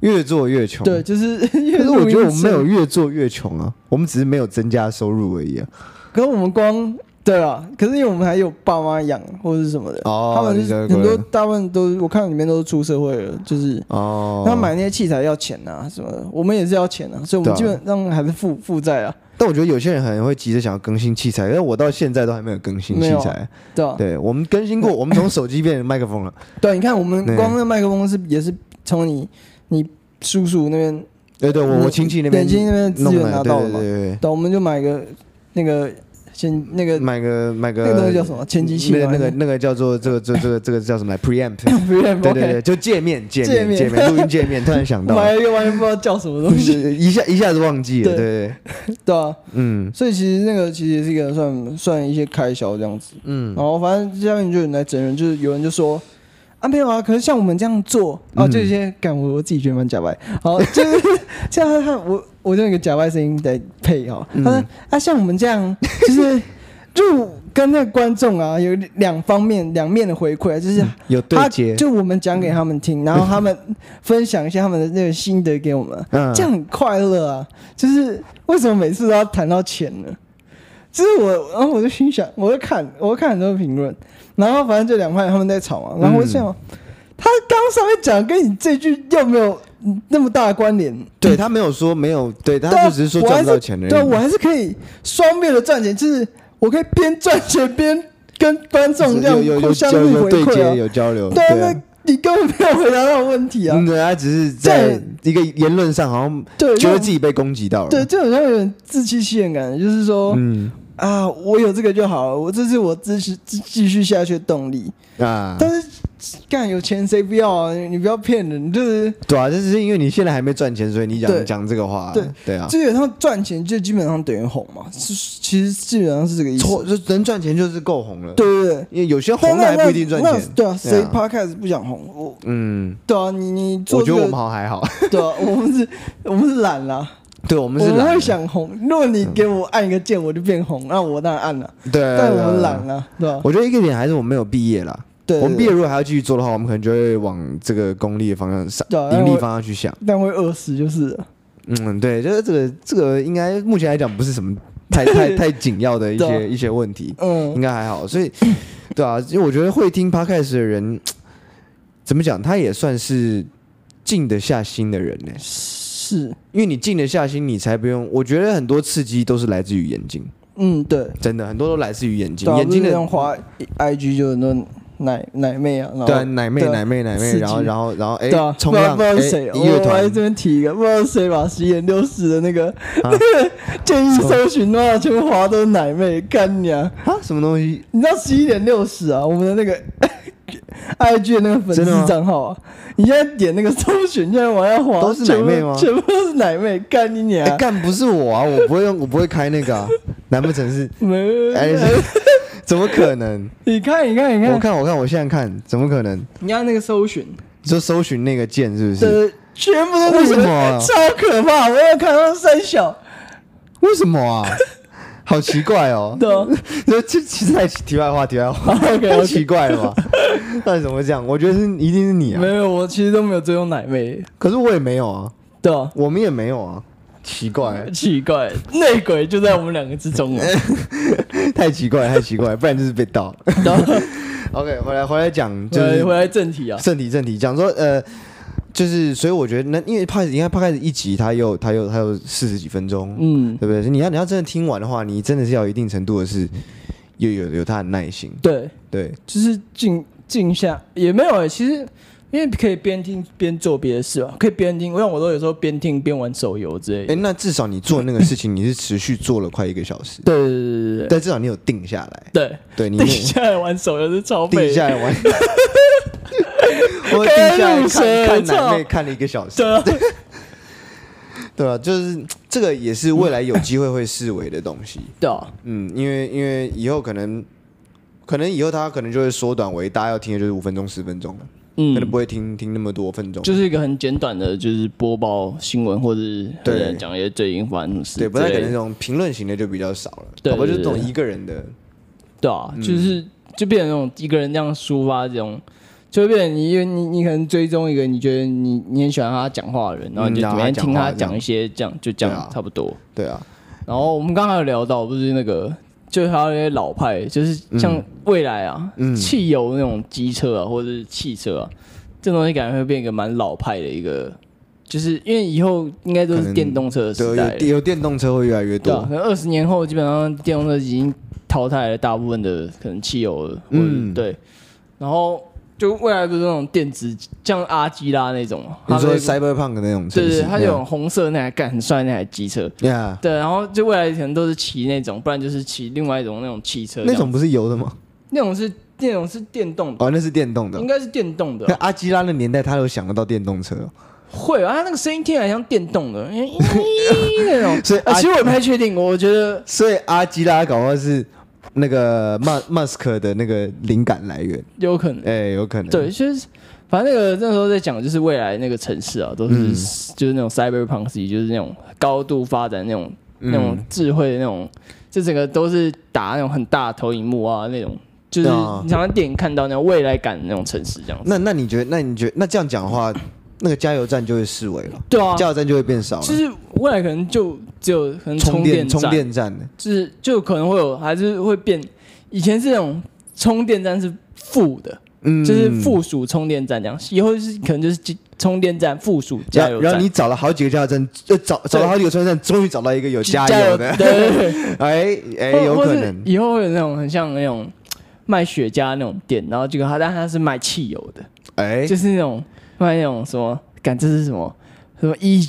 A: 越做越穷，
B: 对，。就是 越
A: 可是我觉得我们没有
B: 录音室，
A: 越做越穷啊，我们只是没有增加收入而已啊。
B: 可是我们光对啊，可是因为我们还有爸妈养或者是什么的，
A: 哦
B: 他们就
A: 你
B: 是
A: 这个
B: 很多大部分都我看里面都是出社会了，就是。
A: 哦，
B: 他买那些器材要钱啊，什么的，我们也是要钱啊，所以我
A: 对
B: 们
A: 啊
B: 基本上还是负负债啊，
A: 但我觉得有些人很会急着想要更新器材，但我到现在都还没有更新
B: 没
A: 器
B: 有
A: 材。
B: 对吧？
A: 对我们更新过，我们从手机变成麦克风了，
B: 对，啊你看我们
A: 对
B: 光那麦克风是也是从你你叔叔那边，
A: 对对，我我亲戚那边
B: 对亲戚那边资
A: 弄
B: 源
A: 来
B: 拿
A: 对
B: 到了
A: 对
B: 嘛
A: 对
B: 对，我们就买个那个先那
A: 对，
B: 个
A: 买个买
B: 那
A: 个
B: 个东西叫什么前机器
A: 那
B: 吗
A: 个那个那个叫做这个这个这个这个叫什么来 preamp，对对对，就界面界
B: 界
A: 面
B: 面
A: 界面录音界面，突然想到，
B: 买了一个完全不知道叫什么东 西，
A: 是一下一下子忘记了，
B: 对
A: 对对，
B: 对啊，
A: 嗯
B: 所以其实那个其实也是一个算算一些开销这样子，
A: 嗯
B: 然后反正下面就有人来整人，就是有人就说。啊，没有啊，可是像我们这样做啊，
A: 嗯
B: 这些干我我自己觉得蛮假白，好， 就是这样他我我就有一个假白声音来配哈，他说、
A: 嗯
B: 啊，像我们这样就是就跟那个观众啊有两方面两面的回馈，啊就是
A: 有对
B: 他
A: 接，
B: 就我们讲给他们听，然后他们分享一下他们的那个心得给我们，
A: 嗯
B: 这样很快乐啊！就是为什么每次都要谈到钱呢？就是我，然后我就心想，我就看，我就看很多评论，然后反正这两派他们在吵嘛，然后我就想，他刚上面讲跟你这句又没有那么大的关联，
A: 对他没有说没有，对他
B: 对啊
A: 就只是说
B: 我还
A: 赚不到钱而已。
B: 对啊，我还是可以双面的赚钱，就是我可以边赚钱边跟观众这
A: 有有
B: 样互
A: 有
B: 相
A: 交
B: 互
A: 有
B: 回
A: 对
B: 馈啊
A: 接，。有交流，
B: 对啊，
A: 对啊
B: 那你根本没有回答到问题啊。
A: 嗯，对，他只是在一个言论上好像
B: 对，
A: 觉得
B: 那种
A: 自己被攻击到了。
B: 对，这好像有点自欺欺人感觉，就是说、
A: 嗯
B: 啊，我有这个就好了，我这是我继续继继续下去的动力。
A: 啊，
B: 但是干有钱谁不要啊？你你不要骗人，就是
A: 对啊，这只是因为你现在还没赚钱，所以你
B: 对
A: 讲讲这个话，
B: 对
A: 对啊，
B: 基本上赚钱就基本上等于红嘛，是其实基本上是这个意思。
A: 错就能赚钱就是够红了。
B: 对对对。
A: 因为有些
B: 但
A: 红的还
B: 那
A: 不一定赚
B: 那
A: 钱。
B: 对啊，谁
A: 对啊
B: podcast 不想红？我
A: 嗯，
B: 对啊，你你做
A: 我觉
B: 这个
A: 得我们好像还好，
B: 对啊，我们是，我们是懒啦，
A: 对我
B: 我
A: 们是
B: 们
A: 懒
B: 会
A: 的，
B: 想红。如果你给我按一个键，我就变红，那我当然按了。
A: 对，
B: 但
A: 对
B: 我们。
A: 对
B: 懒
A: 对
B: 了，对吧？
A: 我觉得一个点还是我们没有毕业啦。
B: 对，
A: 我们毕业
B: 对，
A: 如果还要继续做的话，我们可能就会往这个功利的方向上
B: 对啊、
A: 盈利方向去想。
B: 但会饿死就是了。
A: 嗯，对，就是这个这个应该目前来讲不是什么 太太太紧要的一
B: 对啊
A: 些一些问题，应
B: 嗯，
A: 该还好。所以，对啊，因为我觉得会听 podcast 的人，怎么讲，他也算是静得下心的人呢、
B: 是，
A: 因为你静得下心，你才不用。我觉得很多刺激都是来自于眼睛，
B: 嗯，对，
A: 真的很多都来自于眼睛
B: 对，啊
A: 眼睛
B: 不是那
A: 的
B: 种滑 IG 就有很多奶奶妹啊，然后
A: 对啊奶妹
B: 对啊
A: 奶妹奶
B: 刺
A: 妹，
B: 激
A: 然后然后然后哎
B: 对啊，，
A: 冲
B: 不知道
A: 浪
B: 不知
A: 哎
B: 道是谁，我
A: 乐
B: 我在
A: 团
B: 这边提一个，不知道是谁把十眼六十的那个
A: 啊
B: 那个 建议搜寻的话，全部滑都是奶妹，干你啊！
A: 啊什么东西
B: 你知道十一点六十啊，我们的那个 IG 的那个粉
A: 真的吗
B: 丝账号啊，你现在点那个搜寻，现在往下滑，
A: 都是奶妹吗
B: 全部全部都是奶妹，干你娘
A: 哎！干不是我啊，我不会用，我不会开那个啊，难不成是
B: 没，
A: 哎？ 怎么可能？
B: 你看，你 看，你
A: 我
B: 看，
A: 看，我看，我现在看，怎么可能？
B: 你看那个搜寻，
A: 你说搜寻那个键是不是？
B: 这全部都
A: 为
B: 是
A: 什么啊
B: 超可怕！我要看到三小，
A: 为什么啊？好奇怪哦！
B: 对啊
A: 这这其实太题外话，题外 话，太
B: OK，OK
A: 奇怪了吧？ 到底怎么讲？我觉得是一定是你啊
B: 没，有，我其实都没有追踪奶妹，
A: 可是我也没有啊，
B: 对吧？
A: 我们也没有啊，奇怪，
B: 奇怪，内鬼就在我们两个之 中啊！
A: 太奇怪，太奇怪，不然就是被盗。
B: 然后
A: OK，回来回来讲，就
B: 回
A: 是
B: 来回来正题啊，
A: 正题正题，讲说呃，就是所以我觉得那因为怕，你看怕开始一集，它又它又它又四十几分钟，
B: 嗯，
A: 对不对？你要你要真的听完的话，你真的是要有一定程度的是有有有他的耐心，
B: 对，
A: 对
B: 就是静静下也没有、欸，其实因为可以边听边做别的事啊，可以边听，像我都有时候边听边玩手游之类的。
A: 哎，那至少你做那个事情，你是持续做了快一个小时，
B: 对对对对
A: 但至少你有定下来，
B: 对
A: 对你
B: 对，定
A: 没有
B: 下来玩手游是超
A: 定
B: 费，
A: 下来 玩。我定下来
B: 开路蛇
A: 看看
B: 操
A: 奶妹看了一个小时，
B: 对啊，
A: 对吧、就是这个也是未来有机会会视为的东西。
B: 对啊，
A: 嗯，因为因为以后可能，可能以后他可能就会缩短为大家要听的就是五分钟十分钟了，可能
B: 嗯，
A: 不会听听那么多分钟，
B: 就是一个很简短的，就是播报新闻或者是
A: 对
B: 呃讲一些最近发生什么事
A: 对，
B: 之类的，
A: 不太可能这种评论型的就比较少了，
B: 对
A: 搞不好就是这
B: 对
A: 种
B: 对
A: 一个人的，
B: 对啊，
A: 嗯
B: 就是就变成那种一个人这样抒发这种，就会变成你因为你你可能追踪一个你觉得你你很喜欢他讲话的人，然后你就
A: 嗯
B: 每天听他
A: 然后他讲话这样
B: 讲一些这样就这
A: 对啊
B: 样差不多。
A: 对啊，
B: 然后我们刚刚有聊到，不是那个就是还有那些老派，就是像未来啊，
A: 嗯
B: 汽油那种机车啊，或者是汽车啊，这东西感觉会变一个蛮老派的一个，就是因为以后应该都
A: 可
B: 是
A: 能
B: 电动车的
A: 对，
B: 时代了
A: 有电有电动车会越来越
B: 对啊，
A: 多
B: 可，能二十年后基本上电动车已经淘汰了大部分的可能汽油了，或者
A: 嗯
B: 对，然后就未来不是那种电子像阿基拉那种，
A: 你
B: 它
A: 说嗯
B: 那个
A: Cyberpunk 那种
B: 对
A: 城
B: 对，
A: 市，
B: 它有种红色那台干很帅那台机车，
A: 呀，
B: 对，然后就未来可能都是骑那种，不然就是骑另外一种那种汽车这样，
A: 那种不是油的吗？
B: 那种是那种是电动的，
A: 哦，那是电动的
B: 应。该是电动的
A: 那，阿基拉那年代，他有想得到电动车哦，
B: 会啊，它那个声音听起来像电 动的，咦咦那种。
A: 所以
B: 啊，
A: 阿
B: 其实我也不太确定，我觉得
A: 所以阿基拉搞不好是那个 Ma- Musk 的那个灵感来源，
B: 有可能。
A: 哎，有可能。
B: 对，就是反正那个那时候在讲，就是未来那个城市啊，都是、
A: 嗯
B: 就是那种 cyberpunk city，就是那种高度发展那种、
A: 嗯
B: 那种智慧的那种，就整个都是打那种很大的投影幕啊那种。就是
A: 啊
B: 你常常电影看到那种未来感的那种城市这样子，
A: 那那你觉得，那你觉得，那这样讲的 话，那个加油站就会视为了，
B: 对啊，
A: 加油站就会变少了。
B: 就是未来可能就只有可能
A: 充
B: 电
A: 充
B: 站，
A: 电站呢，
B: 就是就可能会有还是会变，以前是那种充电站是负的，
A: 嗯
B: 就是附属充电站这样，以后是可能就是电充电站附属加
A: 然
B: 油
A: 后
B: 站。
A: 然后你找了好几个加油站，呃，找找了好几个加油站，终于找到一个有加油的，
B: 对对
A: 哎 哎，
B: 对，
A: 有
B: 或
A: 可
B: 是
A: 能
B: 以后会有那种很像那种卖雪茄那种店，然后结果他但他是卖汽油的，
A: 哎，
B: 就是那种卖那种什么，感这是什么什么一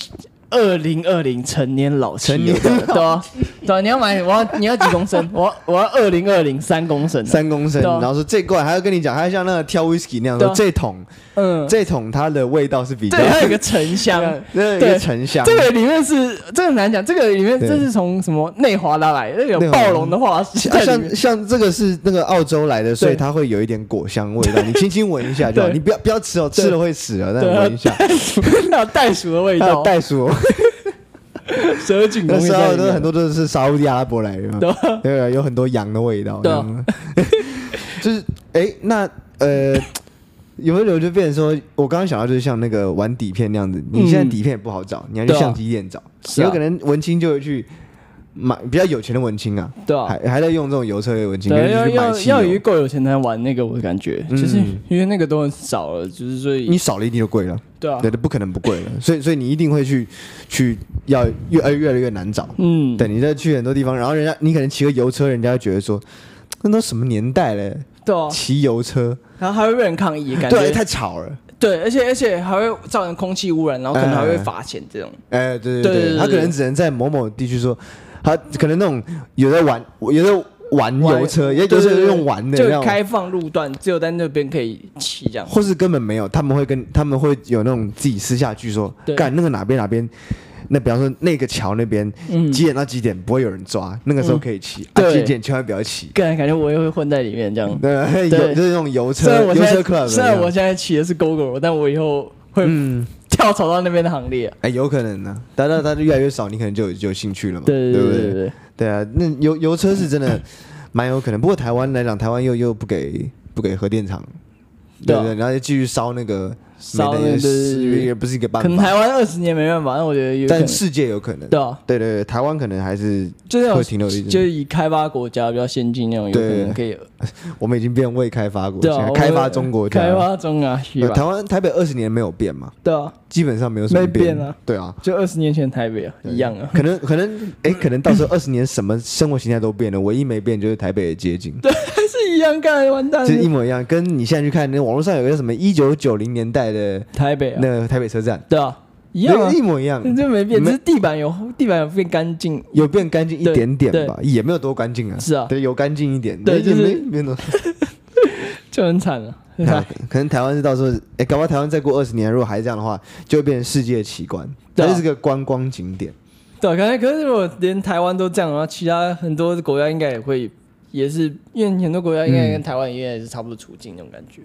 B: 二零二零成年老汽油
A: 成
B: 的，对啊，对啊，你要买我要你要几公 升？我要我要二零二零三公升的，
A: 三公升，
B: 对啊
A: 然后说这罐，还要跟你讲，还要像那个挑 whisky 那样
B: 对
A: 说
B: 啊，
A: 这桶
B: 嗯，
A: 这桶它的味道是比较
B: 对，它有一个沉香。
A: 那
B: 对
A: 个沉香，
B: 这个里面是这个很难讲，这个里面
A: 对
B: 这是从什么内华达来的，那个
A: 内
B: 有
A: 华达
B: 暴龙的化石
A: 啊
B: 在里
A: 像
B: 面
A: 像这个是那个澳洲来的，所以它会有一点果香味道，你轻轻闻一下就好，
B: 对
A: 你不要不要吃哦，
B: 对
A: 吃了会死哦，但
B: 对
A: 闻一下。
B: 那有袋鼠的味
A: 还有
B: 道，啊
A: 袋鼠，
B: 蛇颈
A: 那
B: 公
A: 时
B: 园在
A: 候
B: 里
A: 都
B: 面
A: 很多都是沙烏地阿拉伯来的嘛，
B: 对吧
A: 对啊，有很多羊的味道。
B: 对啊
A: 这样 就是哎、那呃，有没有就变成说，我刚刚想到就是像那个玩底片那样子，你现在
B: 嗯
A: 底片也不好找，你要去
B: 对啊
A: 相机店找，
B: 是啊
A: 有可能文青就会去。买比较有钱的文青啊，
B: 对啊
A: 还还在用这种油车的文青，
B: 对，
A: 就
B: 要
A: 是去买
B: 要
A: 汽
B: 要有
A: 油，
B: 够有钱才玩那个，我感觉、
A: 嗯
B: 就是因为那个都很少了，就是所以
A: 你少了一定就贵了，
B: 对啊，
A: 对的，不可能不贵了，所以所以你一定会去去要越呃越来越难找，
B: 嗯，
A: 对，你再去很多地方，然后人家你可能骑个油车，人家就觉得说，那都什么年代了，
B: 对啊，
A: 骑油车，
B: 然后还会被人抗议，感
A: 对，
B: 觉
A: 太吵了。
B: 对，而且而且还会造成空气污染，然后可能还会罚钱这种，
A: 哎，对
B: 对
A: 对
B: 对对
A: 他可能只能在某某地区说，他可能那种有的玩，有的玩
B: 玩
A: 油车，也
B: 对
A: 哎有
B: 对
A: 的是
B: 对
A: 用玩的那
B: 就
A: 种，
B: 开放路段，只有在那边可以骑这样，
A: 或是根本没有，他们会跟他们会有那种自己私下去说
B: 对，
A: 干那个哪边哪边。那比方说那个桥那边、
B: 嗯
A: 几点到几点不会有人抓，那个时候可以骑，啊
B: 对
A: 几点千万不要骑。
B: 个人感觉我也会混在里面这样。
A: 对，有
B: 对
A: 就是那种油
B: 虽
A: 车
B: 然我
A: 油
B: 现
A: 车
B: 在
A: club，
B: 虽然
A: 那
B: 我
A: 样
B: 现在骑的是 GoGo，但我以后会
A: 嗯，
B: 跳槽到那边的行列。
A: 哎，有可能呢、但但但就越来越少，你可能就有就有兴趣了嘛，
B: 对
A: 不
B: 对对对，
A: 对啊，那油油车是真的蛮有可能。不过台湾来讲，台湾又又不给不给核电厂，
B: 对
A: 对
B: 啊
A: 不对？然后就继续烧那个，
B: 烧
A: 煤
B: 那个
A: 炭
B: 对对对对
A: 也不是一个办
B: 可能
A: 法。
B: 台湾二十年没办法，那我觉得有可能
A: 但世界有可能，
B: 对啊。
A: 对对对，台湾可能还是
B: 就那
A: 会
B: 种
A: 停留一
B: 就
A: 阵。
B: 是以开发国家比较先进那种，有可
A: 对
B: 能可以
A: 我们已经变未开发国
B: 对啊
A: 家，，
B: 我
A: 开发中国家
B: 开。发中啊，是
A: 呃
B: 吧？
A: 台湾台北二十年没有变嘛，
B: 对啊，
A: 基本上没有什么
B: 没变啊。
A: 对啊，
B: 就二十年前台北啊，一样啊，
A: 可能可能哎，可能到时候二十年什么生活形态都变了，唯一没变就是台北的街景。
B: 还是一样干，完蛋
A: 就是一
B: 了。
A: 模一样，跟你现在去看那网络上有个什么一九九零年代的
B: 台北啊，
A: 那个台北车站，
B: 对啊，一样啊
A: 那，一模一样，
B: 这没变，
A: 没
B: 只是地板有地板有变干净，
A: 有变干净一
B: 对
A: 点点吧，也没有多干净啊，
B: 是啊
A: 对，有干净一点，
B: 对
A: 但也
B: 就是
A: 没没有多。
B: 就很惨了。
A: 台可能台湾是到时候，哎，搞不好台湾再过二十年，如果还这样的话，就会变成世界奇观，
B: 对啊
A: 它就是个观光景点。
B: 对啊，感觉可是如果连台湾都这样的话，其他很多国家应该也会。也是，因为很多国家应该跟台湾应该也是差不多处境那种感觉，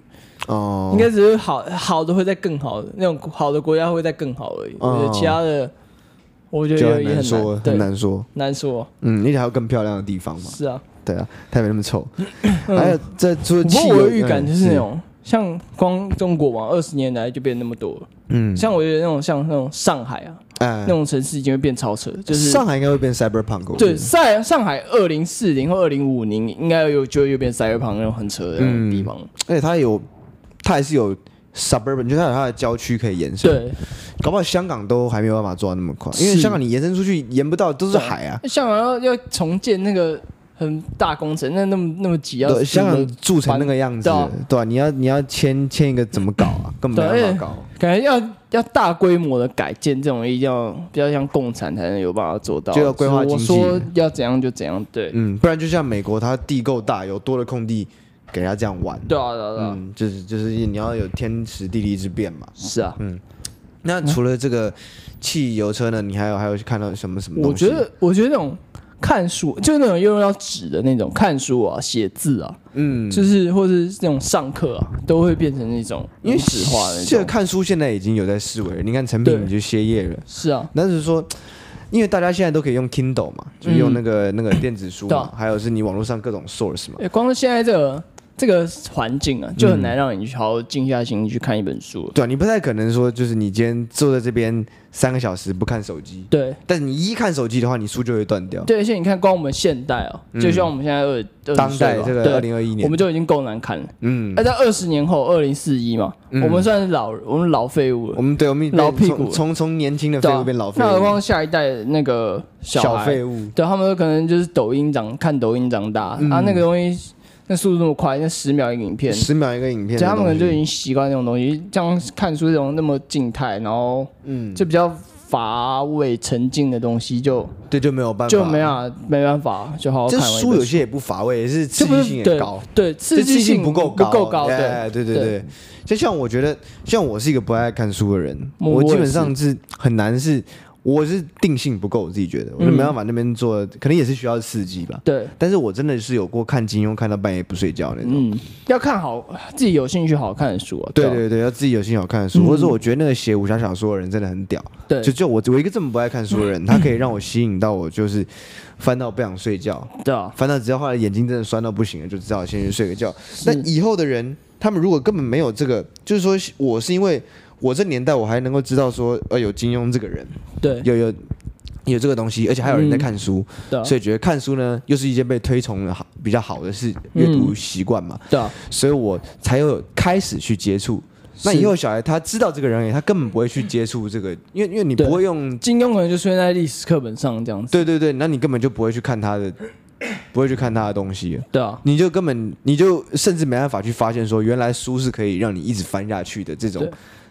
A: 嗯哦，
B: 应该只是好好的会在更好的那种好的国家会在更好而已。我觉得
A: 哦
B: 其他的，我觉得
A: 就
B: 有
A: 很
B: 也
A: 难说，
B: 对
A: 很难说。
B: 难说，
A: 嗯，而且还有更漂亮的地方嘛，
B: 是啊。
A: 对啊，台北那么臭，
B: 嗯
A: 还有在除了
B: 不过
A: 汽
B: 我
A: 油
B: 有预感
A: 嗯
B: 就是那种，像光中国嘛，二十年来就变那么多了。
A: 嗯，
B: 像我觉得那种像那种上海啊，
A: 哎
B: 那，种城市已经会变超车，就是
A: 上海应该会变 cyberpunk，我觉
B: 对
A: 得
B: 上上海二零四零或二零五零应该有就会又变塞尔旁那种很车的那
A: 嗯
B: 种地方。
A: 而且它有，它还是有 suburban，就是它有它的郊区可以延伸。，
B: 对，
A: 搞不好香港都还没有办法做到那么快，因为
B: 是
A: 香港你延伸出去延不到，都是
B: 对
A: 海啊。
B: 像好像要重建那个很大工程，那那么那么挤，要
A: 对，香
B: 什
A: 港
B: 么
A: 住成那个样子
B: 对啊，嗯
A: 对吧、你要你要签签一个怎么搞啊？根本没
B: 对
A: 办法搞。
B: 感觉要要大规模的改建，这种一定要比较像共产才能有办法做到。
A: 就要规划经济
B: 所以我说要怎样就怎样，对，
A: 嗯，不然就像美国，它地够大，有多的空地给他这样玩。
B: 对啊，对啊，对啊
A: 嗯，就是就是你要有天时地利之变嘛。
B: 是啊。
A: 那
B: 嗯
A: 除了这个汽油车呢，你还有还有看到什么什么
B: 我
A: 东西？
B: 觉得，我觉得那种看书，就是那种用到纸的那种看书啊、写字啊，
A: 嗯，
B: 就是或是这种上课啊，都会变成那种
A: 因
B: 无
A: 为
B: 纸化的那
A: 这个
B: 种。
A: 看书现在已经有在思维了，你看成品
B: 对
A: 你就歇业了。
B: 是啊，
A: 但是说，因为大家现在都可以用 Kindle 嘛，就用那个、那个电子书
B: 对
A: 嘛
B: 啊，
A: 还有是你网络上各种 source 嘛，
B: 诶光是现在这个这个环境啊，
A: 嗯
B: 就很难让你去好好静下心去看一本书。
A: 对啊，你不太可能说就是你今天坐在这边三个小时不看手机，
B: 对
A: 但你一看手机的话，你书就会断掉。
B: 对，而且你看，光我们现代哦、就像我们现在二
A: 嗯当代这个二，零二一
B: 20
A: 年，
B: 我们就已经够难看了。
A: 嗯，
B: 哎，在二十年后，二零四一嘛，我们算是老，我们老废物了
A: 我。们对我们
B: 老屁股
A: 从从从年轻的废
B: 对
A: 物
B: 啊
A: 变老废
B: 那何
A: 物，
B: 况下一代那个
A: 小
B: 孩
A: 废物，
B: 对，他们可能就是抖音长看抖音长大、
A: 嗯
B: 啊，那个东西那速度那么快，那十秒一个影片，
A: 十秒一个影片的
B: 对，
A: 东西，
B: 他们可能就已经习惯那种东西，这样看书这种那么静态，然后
A: 嗯，
B: 就比较乏味沉静的东西就，
A: 对就没有办法，
B: 就没。办法没办法，就好好
A: 这
B: 看完一
A: 书
B: 本
A: 有些也不乏味，也是刺
B: 这不
A: 激
B: 是
A: 性也
B: 对
A: 高，
B: 对
A: 这
B: 刺
A: 刺
B: 激
A: 激
B: 性
A: 不够高，
B: 不够高，
A: 哎
B: 对
A: 对对对。就像我觉得，像我是一个不爱看书的人，
B: 我
A: 我
B: 我也
A: 基本上是很难是，我是定性不够，我自己觉
B: 嗯
A: 得，我就没办法那边做，可能也是需要刺激吧。
B: 对，
A: 但是我真的是有过看金庸看到半夜不睡觉那种。
B: 嗯，要看好自己有兴趣好看的书啊，
A: 对
B: 啊
A: 对对，要自己有心好看的书，
B: 嗯
A: 或者说我觉得那个写武侠小说的人真的很屌，
B: 对
A: 就就我我一个这么不爱看书的人，他可以让我吸引到我，就是翻到不想睡觉，
B: 对啊，
A: 翻到只要后来眼睛真的酸到不行了，就只好先去睡个觉。
B: 是
A: 那以后的人，他们如果根本没有这个，就是说我是因为我这年代我还能够知道说，呃，有金庸这个人，
B: 对
A: 有有有这个东西，而且还有人在
B: 嗯
A: 看书，
B: 对啊
A: 所以觉得看书呢又是一件被推崇的好比较好的事，阅读习惯嘛，
B: 对啊，
A: 所以我才有开始去接触。那以后小孩他知道这个人，他根本不会去接触这个，因为因为你
B: 对
A: 不会用，
B: 金庸可能就出现在历史课本上这样子，
A: 对对对，那你根本就不会去看他的，不会去看他的东西了，
B: 对啊，
A: 你就根本你就甚至没办法去发现说，原来书是可以让你一直翻下去的这种、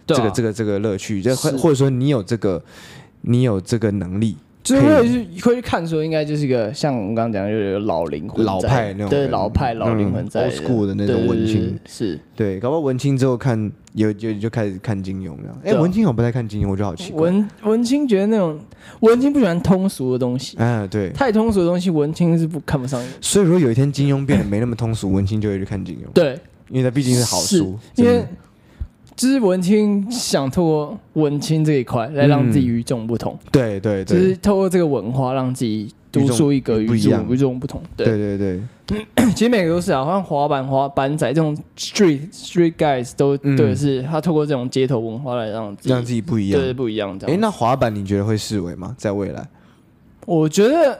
B: 对
A: 这
B: 啊
A: 个这个这个乐趣，就或
B: 是
A: 或者说你有这个你有这个能力，
B: 就是
A: 可以
B: 会去会去看书，应该就是一个像我们刚刚讲，就是有老灵魂在
A: 老派那种
B: 对
A: 人
B: 老派老灵魂在、
A: 嗯，old school 的那种
B: 对
A: 文青，
B: 对对是
A: 对，搞不好文青之后看有有就开始看金庸了。哎、
B: 对啊
A: 文青我不太看金庸，我就好奇怪。
B: 文文青觉得那种文青不喜欢通俗的东西，
A: 啊，对。
B: 太通俗的东西文青是不看不上眼。
A: 所以说有一天金庸变得没那么通俗，文青就会去看金庸，
B: 对，
A: 因为它毕竟是好书。真
B: 因
A: 的
B: 为就是文青想透过文青这一块来让自己
A: 嗯
B: 与众不同，
A: 对对
B: 就
A: 对，
B: 是透过这个文化让自己
A: 与
B: 独
A: 众
B: 树一格，与
A: 不一样
B: 众与众不同。对，
A: 对对对，
B: 其实每个都是啊，好像滑板、滑板仔这种 street street guys 都
A: 嗯
B: 对，是他透过这种街头文化来让自己
A: 让自己不一样。
B: 对不一样这
A: 哎，
B: 样。
A: 那滑板你觉得会视为吗？在未来？
B: 我觉得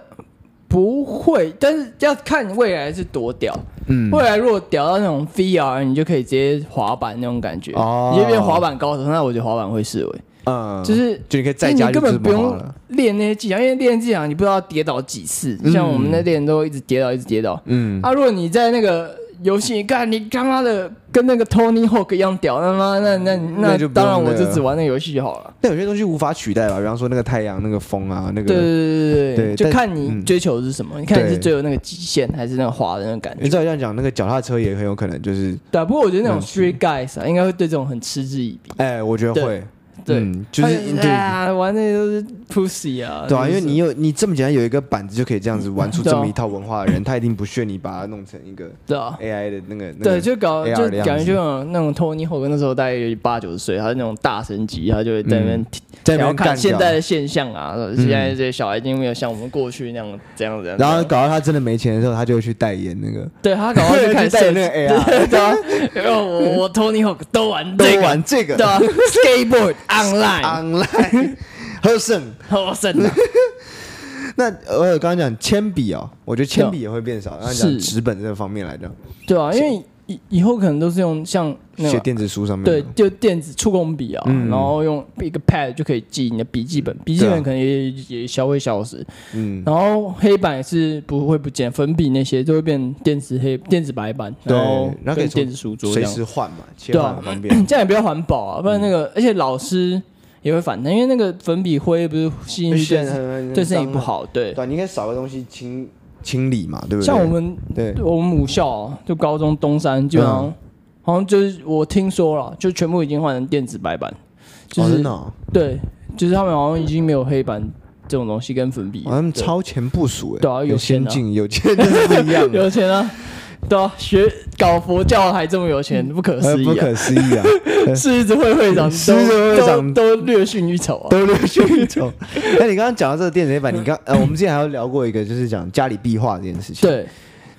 B: 不会，但是要看未来是多屌。
A: 嗯
B: 未来如果屌到那种 VR，你就可以直接滑板那种感觉，
A: 哦
B: 你就变滑板高手。那我觉得滑板会视为，
A: 嗯，
B: 就是
A: 哎就你可以在家
B: 你
A: 就
B: 根
A: 这
B: 本不
A: 么滑
B: 用
A: 了。
B: 练那些技巧，因为练技巧你不知道跌倒几次，
A: 嗯
B: 像我们那练都一直跌倒，一直跌倒。
A: 嗯，
B: 啊，如果你在那个游戏，干你他妈的跟那个 Tony Hawk 一样屌，他妈那那
A: 那
B: 那
A: 就不
B: 当然
A: 用
B: 我
A: 那
B: 就
A: 个
B: 只玩那个游戏就好了。
A: 但有些东西无法取代吧，比方说那个太阳、那个风啊，那
B: 对
A: 个。
B: 对对
A: 对
B: 对，就
A: 但
B: 看你
A: 嗯
B: 追求的是什么，你看你
A: 对
B: 是追求那个极限还是那个滑的那个感
A: 你
B: 觉。
A: 照这样讲，那个脚踏车也很有可能就是，
B: 对啊，不过我觉得那种
A: 嗯
B: street guys 啊，应该会对这种很嗤之以鼻。
A: 哎，我觉得
B: 对
A: 会，
B: 对
A: 嗯就是
B: 他
A: 对
B: 啊，玩那些都是 pussy 啊。
A: 对啊，因为
B: 就是
A: 你有你这么简单有一个板子就可以这样子玩出
B: 对
A: 这
B: 啊
A: 么一套文化的人，他一定不屑你把它弄成一个
B: 对啊，
A: AI 的那个。那
B: 对，
A: 个
B: 就搞
A: AR
B: 就
A: 的样
B: 感觉
A: 子
B: 就那种那种 Tony Hawk 那时候大概有八九十岁，他是那种大神级，他就会在那边
A: 在那
B: 调
A: 边干
B: 侃现
A: 掉
B: 代的现象啊。现在这些小孩已经没有像我们过去那样这样子。
A: 然后搞到他真的没钱的时候，他就会去代言那个，
B: 对他搞到就开
A: 去
B: 始
A: 代
B: 设
A: 言那
B: 计，
A: 个 AR，
B: 对啊，然后我我 Tony Hawk 都玩这
A: 都
B: 个，
A: 玩这个
B: 对啊，skateboard online，
A: 啊 online 喝剩。
B: 我神啊，
A: 那呃，我刚刚讲铅笔哦，我觉得铅笔也会变少。刚刚讲
B: 是
A: 纸本这方面来讲，
B: 对啊，因为以以后可能都是用像那
A: 写
B: 个。
A: 电子书上面
B: 对
A: 的，，
B: 就电子触控笔啊，
A: 嗯
B: 然后用一个 pad 就可以记你的笔记本，笔记
A: 对啊
B: 本可能也、也消会消失，
A: 嗯，
B: 然后黑板也是不会不见，粉笔那些都会变电子黑、电子白板，
A: 对
B: 然后
A: 然后可以
B: 跟
A: 从
B: 电子书桌这
A: 随
B: 样，
A: 时嗯换嘛，切
B: 对啊
A: 换很方便。
B: 这样也比较环保啊。不然那个，而且老师也会反弹，因为那个粉笔灰不是吸进去对
A: 啊
B: 对身体不，好，对。
A: 对，你应该少个东西清清理嘛，对不对？
B: 像我们
A: 对
B: 我们母校啊，就高中东山，基本上、
A: 嗯
B: 好像就是我听说了，就全部已经换成电子白板，就
A: 哦
B: 是、
A: 真的哦，
B: 对，就是他们好像已经没有黑板这种东西跟粉笔，
A: 哦他们
B: 对
A: 超前部署，哎，
B: 对啊有
A: 有
B: 钱
A: 先
B: 啊，
A: 进，有钱就是不一样
B: 有钱啊，对啊，学搞佛教还这么 有钱，不可
A: 呃
B: 思
A: 不
B: 议啊！
A: 可思 议啊，
B: 狮子会会长都，
A: 狮子会会长
B: 都都略逊一筹啊。
A: 都略逊一筹。 那你刚刚讲到这个电子黑板，你刚呃，我们之前还有聊过一个，就是讲家里壁画这件事情。
B: 对，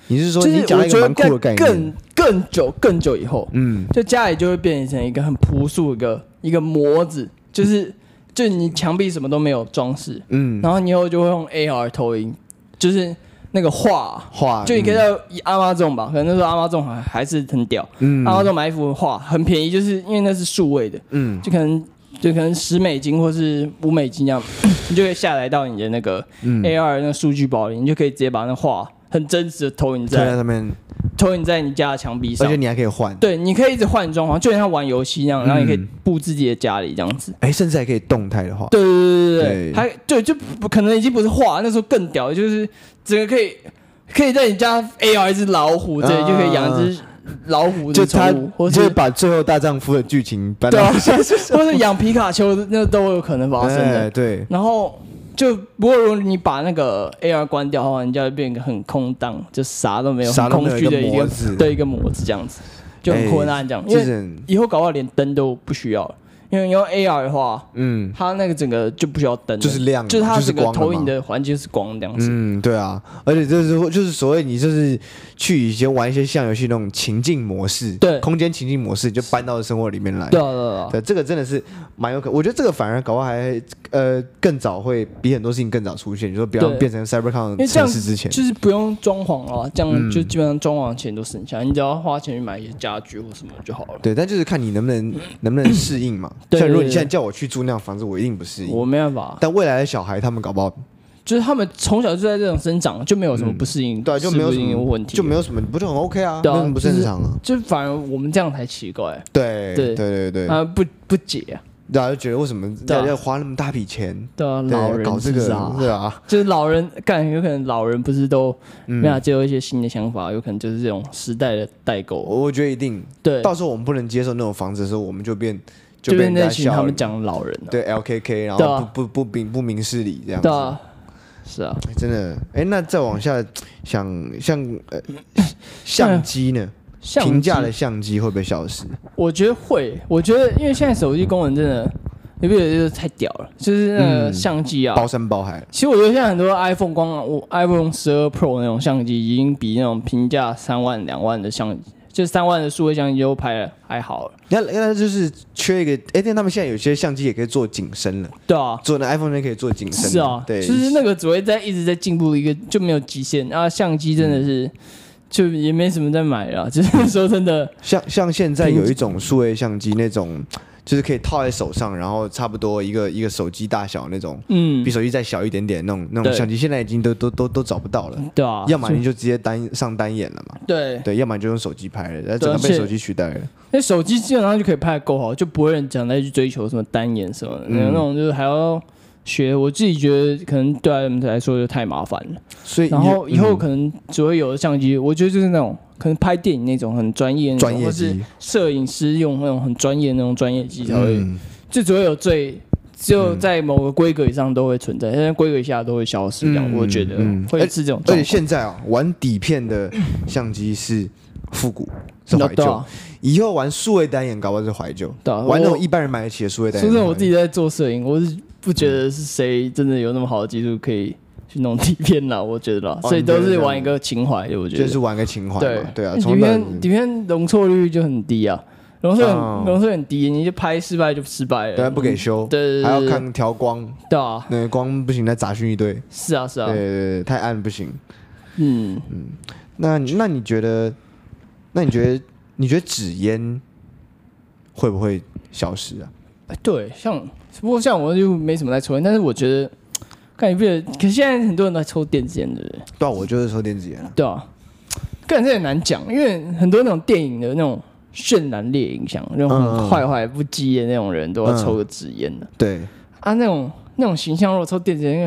A: 你是说
B: 就是
A: 你讲
B: 我
A: 了一
B: 觉
A: 个
B: 得
A: 蛮酷的概
B: 更
A: 念
B: 更？更久更久以后，
A: 嗯，
B: 就家里就会变成一个很朴素一个一个模子，就是就你墙壁什么都没有装饰，
A: 嗯，
B: 然后你以后就会用 AR 投影，就是那个画，
A: 画
B: 就你可以在阿妈种吧，可能那时候阿妈种还还是很屌，
A: 嗯
B: 阿妈种买一幅画很便宜，就是因为那是数位的，
A: 嗯
B: 就可能就可能十美金或是五美金这样， 你就可以下载到你的那个
A: 嗯，
B: AR 那个数据包里，你就可以直接把那画很真实的投影
A: 推在
B: 在
A: 上面，
B: 投影在你家的墙壁
A: 而
B: 上
A: 且。你还可以换，
B: 对，你可以一直换装潢，就像玩游戏一样，然后你可以
A: 嗯
B: 布置自己的家里这样子。
A: 哎，甚至还可以动态的画，
B: 对对对对
A: 对
B: 对，还对就不可能已经不是画，那时候更屌，就是整个可以可以在你家 AR 一只老虎，这里
A: 啊
B: 就可以养一只老虎
A: 就
B: 的
A: 他
B: 宠物，或
A: 就
B: 者
A: 是把最后大丈夫的剧情搬
B: 对
A: 到
B: 啊， 或者养皮卡丘，那都有可能发生
A: 哎
B: 的。
A: 对，
B: 然后就不过如果你把那个 AR 关掉的话，你就会变得很空荡，就啥都没有，
A: 啥
B: 很
A: 都没
B: 空
A: 有
B: 虚的
A: 一
B: 一
A: 个
B: 个
A: 模子哎
B: 对一个模子这样子，就很昏暗这样。因
A: 就
B: 为
A: 是很
B: 以后搞不好连灯都不需要了，因为你用 AR 的话，
A: 嗯
B: 它那个整个就不需要灯了，
A: 就是亮的
B: 就是它
A: 就是
B: 整个
A: 光了
B: 投影
A: 嘛
B: 的环境是光这样子。
A: 嗯，对啊，而且就是就是所谓你就是去以前玩一些像游戏那种情境模式，
B: 对
A: 空间情境模式，你就搬到生活里面来。
B: 对啊对啊对啊，
A: 对，这个真的是蛮有可，我觉得这个反而搞不好还呃更早会比很多事情更早出现，就说比方
B: 对
A: 变成 CyberCon
B: 因为这
A: 城
B: 样
A: 市之前，
B: 就是不用装潢了，这
A: 嗯
B: 样就基本上装潢的钱都省下来，你只要花钱去买一些家具或什么就好了。
A: 对，但就是看你能不能能不能适应 嘛。
B: 对
A: 像如果
B: 对
A: 你
B: 对
A: 现在叫我去住那样房子，我一定不适应。
B: 我没办法，
A: 但未来的小孩他们搞不好
B: 就是他们从小就在这种生长，就没有什么不适应，
A: 对啊、就没有
B: 适
A: 什
B: 不适应
A: 么
B: 的问题，
A: 就没有什么不就很 OK 啊，
B: 对啊
A: 没有什么不
B: 就是
A: 正常啊。
B: 就反而我们这样才奇怪
A: 对对
B: 对
A: 对对，
B: 啊，不不解啊，
A: 大家就觉得为什么
B: 对啊
A: 要要花那么大笔钱？
B: 对啊，
A: 对
B: 老人
A: 搞这
B: 是
A: 个
B: 啊，
A: 对 啊，
B: 就是老人干，有可能老人不是都
A: 嗯
B: 没法接受一些新的想法，有可能就是这种时代的代沟。
A: 我我觉得一定，
B: 对，
A: 到时候我们不能接受那种房子的时候，我们就变
B: 就
A: 被
B: 是
A: 人
B: 那
A: 家
B: 群
A: 笑
B: 他们讲老人了，
A: 对 LKK，然
B: 对
A: 后
B: 啊
A: 不不不明不明事理这样子
B: 对，啊，是啊，
A: 哎真的。哎，那再往下想，像呃相机呢，
B: 像
A: 平价的，相机会不会消失？
B: 我觉得会，我觉得因为现在手机功能真的，你不觉得就是太屌了？就是那个
A: 嗯
B: 相机啊，
A: 包山包海，
B: 其实我觉得现在很多 iPhone 光啊我 iPhone 十二 Pro 那种相机，已经比那种平价三万两万的相，就三万的数位相机都拍的还好了。
A: 那那就是缺一个。哎，但他们现在有些相机也可以做景深了，
B: 对啊，
A: 做那 iPhone 那可以做景深了，
B: 是啊，
A: 对，
B: 就是那个只会在一直在进步，一个就没有极限。啊，相机真的
A: 嗯
B: 是就也没什么在买了，就是说 真的，
A: 像像现在
B: 平
A: 有一种数位相机，那种就是可以套在手上，然后差不多一个一个手机大小那种，
B: 嗯
A: 比，手机再小一点点那种那种
B: 对
A: 相机，现在已经都都都都找不到了。
B: 对啊，
A: 要么
B: 就
A: 你就直接单上单眼了嘛，
B: 对，
A: 对，要么你就用手机拍了，然后整个
B: 而且
A: 被手机取代了。
B: 那手机基本上就可以拍的够好，就不会有人讲再哎去追求什么单眼什么的，
A: 嗯
B: 那种就是还要学。我自己觉得可能对他们来说就太麻烦了。
A: 所以
B: 然后以后
A: 嗯
B: 可能只会有的相机，我觉得就是那种可能拍电影那种很专业那种，
A: 专业
B: 或是
A: 机
B: 摄影师用那种很专业的那种专业机才会，
A: 嗯
B: 就只会有最只有在某个规格以上都会存在，但是规格以下都会消失掉。
A: 嗯
B: 我觉得
A: 嗯
B: 会是这种
A: 而
B: 状
A: 且
B: 况。
A: 现在啊，玩底片的相机是复 古，是怀
B: 对
A: 旧
B: 啊。
A: 以后玩数位单眼，搞不好是怀旧。
B: 对啊
A: 玩那种
B: 我
A: 一般人买得起的数位单
B: 说
A: 眼。
B: 真的，我自己在做摄影，我是不觉得是谁真的有那么好的技术可以去弄底片啦，我觉得啦，
A: 哦
B: 所以都
A: 你觉得
B: 是
A: 这样
B: 玩一个情怀的，我觉
A: 就
B: 得
A: 是玩个情怀
B: 对
A: 嘛，对啊，
B: 底
A: 从来
B: 片底片容错率就很低啊，容错
A: 哦
B: 很容错很低，你就拍失败就失败了，
A: 对啊不给修，
B: 对对对
A: 还要
B: 对
A: 看调光，
B: 对啊，
A: 那光不行，再杂讯一堆，
B: 是啊是
A: 对
B: 啊
A: 对，对，太暗不行。
B: 嗯，
A: 那你那你觉得，那你觉得你觉得纸烟会不会消失啊？
B: 哎对，像不过像我就没什么在抽烟，但是我觉得。感觉不，可现在很多人都在抽电子烟，对不对？
A: 对啊，我就是抽电子烟啊。
B: 对啊，感觉很难讲，因为很多那种电影的那种渲染力影响，那种
A: 嗯嗯
B: 很坏坏不羁的那种人都要
A: 嗯
B: 抽个纸烟的
A: 对，
B: 啊，那种那种形象，如果抽电子烟，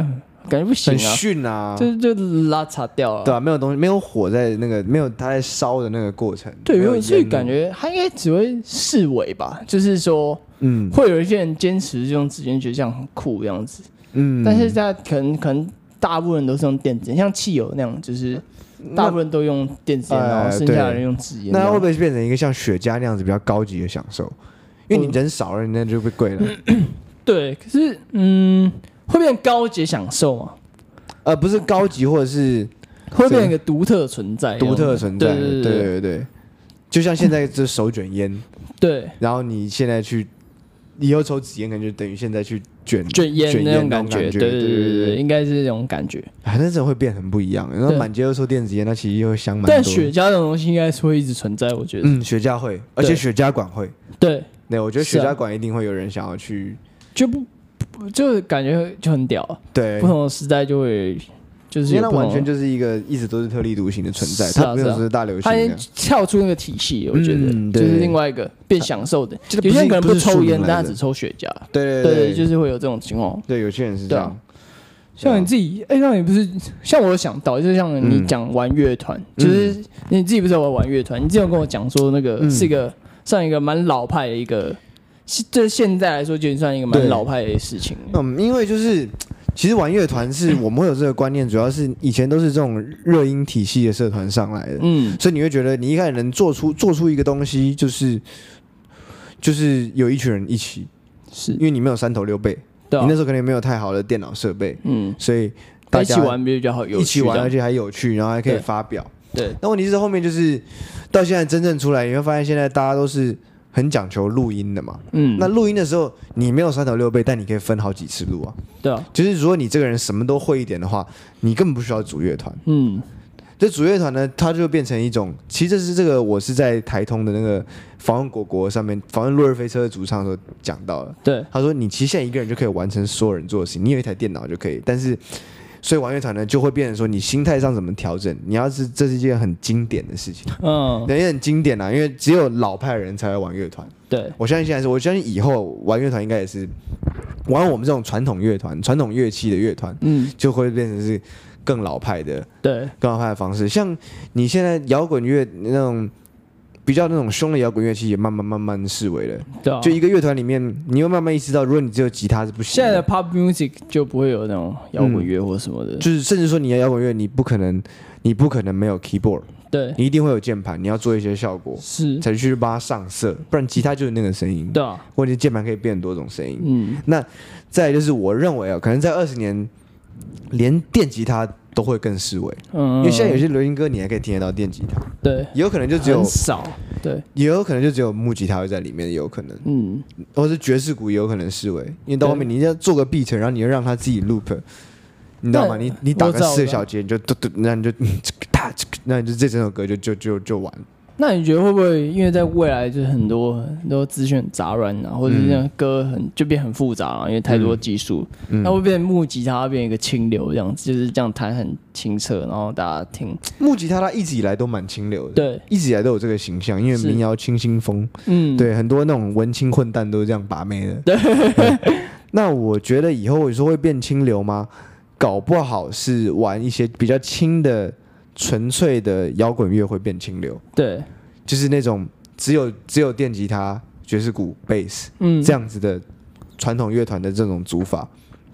B: 感觉不行
A: 很
B: 啊，
A: 逊啊，
B: 就是就拉遢掉了。
A: 对啊，没有东西，没有火在那个，没有它在烧的那个过程，
B: 对，
A: 没有
B: 有所以
A: 烟啊
B: 感
A: 雾，
B: 觉他应该只会视为吧，就是说
A: 嗯
B: 会有一些人坚持这种纸烟，觉得这样很酷这样子，
A: 嗯，
B: 但是他可能可能大部分人都是用电子烟，像汽油那样，就是大
A: 那
B: 部分都用电子烟，
A: 呃
B: 然后剩下的人用纸烟这
A: 那会
B: 样。
A: 不会变成一个像雪茄那样子比较高级的享受？因为你
B: 我
A: 人少了，那就被贵了。
B: 对，可是嗯，会变高级享受嘛？
A: 呃，不是高级，或者是
B: 会变成一个独特存在，
A: 独特存在，
B: 哎对
A: 对
B: 对
A: 对对，就像现在这手卷烟，
B: 对，
A: 然后你现在去，以后抽纸烟可能就等于现在去卷
B: 卷烟那
A: 那
B: 种感
A: 觉，
B: 觉，对
A: 对
B: 对
A: 对
B: 对对，，应该是那种感觉。
A: 哎，那真的会变很不一样。然后
B: 对
A: 满街都抽电子烟，那其实又香蛮多。
B: 但雪茄这种东西应该是会一直存在，我觉得。
A: 嗯，雪茄会，而且
B: 对
A: 雪茄馆会，
B: 对，
A: 对，我觉得
B: 是
A: 雪
B: 啊
A: 茄馆一定会有人想要去，
B: 就不不就感觉就很屌啊，
A: 对
B: 不，同的时代就会就是
A: 因为
B: 有
A: 那
B: 不同
A: 完
B: 的
A: 全就是一个一直都是特立独行的存在，
B: 是啊
A: 它没有
B: 是啊
A: 是大流行
B: 他已
A: 的
B: 经。跳出那个体系，我觉得、
A: 嗯
B: 就
A: 对
B: 是另外一个变享受的。
A: 这个不
B: 有
A: 是
B: 些人可能
A: 不是庶
B: 抽
A: 民
B: 烟，
A: 来
B: 但他
A: 的
B: 只抽雪茄。
A: 对
B: 对
A: 对，
B: 就是会有这种情况。
A: 对，有些人是这
B: 对啊
A: 样。啊
B: 像你自己，哎、那你不是像我有想到，就像你
A: 嗯
B: 讲玩乐团，就是你自己不是有玩乐团，你之前有跟我讲说那个、
A: 嗯
B: 是一个算一个蛮老派的一个，是这现在来说就已经算一个蛮
A: 对
B: 老派的事情。
A: 嗯，因为就是其实玩乐团是我们会有这个观念，主要是以前都是这种热音体系的社团上来的，
B: 嗯，
A: 所以你会觉得你一开始能做出做出一个东西，就是就是有一群人一起，
B: 是
A: 因为你没有三头六臂，
B: 对、
A: 你
B: 啊
A: 那时，候可能也没有太好的电脑设备，
B: 嗯，
A: 所以大
B: 在一起
A: 家
B: 玩比较好，有
A: 一起
B: 趣
A: 玩，
B: 这
A: 而
B: 样
A: 且还有趣，然后还可以
B: 对
A: 发表。
B: 对，
A: 那问题是后面就是到现在真正出来，你会发现现在大家都是很讲求录音的嘛。
B: 嗯，
A: 那录音的时候，你没有三头六臂，但你可以分好几次录啊。
B: 对啊，
A: 就是如果你这个人什么都会一点的话，你根本不需要组乐团。
B: 嗯，
A: 这组乐团呢，它就变成一种，其实这是这个我是在台通的那个访问果果上面访问落日飞车的主唱的时候讲到了。
B: 对，
A: 他说，你其实现在一个人就可以完成所有人做的事情，你有一台电脑就可以。但是，所以玩乐团呢，就会变成说你心态上怎么调整。你要是这是一件很经典的事情，
B: 嗯，
A: 也很经典啊，因为只有老派人才会玩乐团。
B: 对，
A: 我相信现在是，我相信以后玩乐团应该也是玩我们这种传统乐团、传统乐器的乐团，
B: 嗯，
A: 就会变成是更老派的、
B: 对，
A: 更老派的方式。像你现在摇滚乐那种比较那种凶的摇滚乐器，也慢慢慢慢式微了。
B: 对啊，
A: 就一个乐团里面，你会慢慢意识到，如果你只有吉他是不行
B: 现在
A: 的，
B: 的 pop music 就不会有那种摇滚乐或什么的，
A: 就是甚至说你的摇滚乐，你不可能，你不可能没有 keyboard，
B: 对，
A: 你一定会有键盘，你要做一些效果
B: 是，
A: 才去帮它上色，不然吉他就是那个声音，
B: 对啊，
A: 或者键盘可以变很多种声音。
B: 嗯，
A: 那再来就是我认为啊，可能在二十年，连电吉他都会更示威，
B: 嗯，
A: 因为现在有些流行歌你还可以听得到电吉他，
B: 对，
A: 也有可能就只有
B: 很，少，对，
A: 也有可能就只有木吉他会在里面，也有可能，
B: 嗯，
A: 或是爵士鼓也有可能示威，因为到后面你要做个 beat，然后你要让它自己 loop，你知道吗？
B: 那
A: 你你打
B: 我
A: 个
B: 知道
A: 四
B: 我
A: 个
B: 知道
A: 小节，你就嘟嘟，那你就 这个哒这个，那你就这整首歌就就就就完了。
B: 那你觉得会不会因为在未来就是很多很多资讯很杂乱啊，或者是那种歌很就变很复杂啊，因为太多技术，
A: 嗯
B: 那会变木吉他变一个清流这样子，就是这样弹很清澈，然后大家听，
A: 木吉他它一直以来都蛮清流的，，
B: 对，
A: 一直以来都有这个形象，因为
B: 是
A: 民谣清新风，
B: 嗯，，
A: 对，很多那种文青混蛋都是这样把妹的。对， 那我觉得以后你说会变清流吗？搞不好是玩一些比较轻的、纯粹的摇滚乐会变清流，
B: 对，
A: 就是那种只有只有电吉他、爵士鼓、贝斯
B: 嗯，
A: 这样子的传统乐团的这种组法。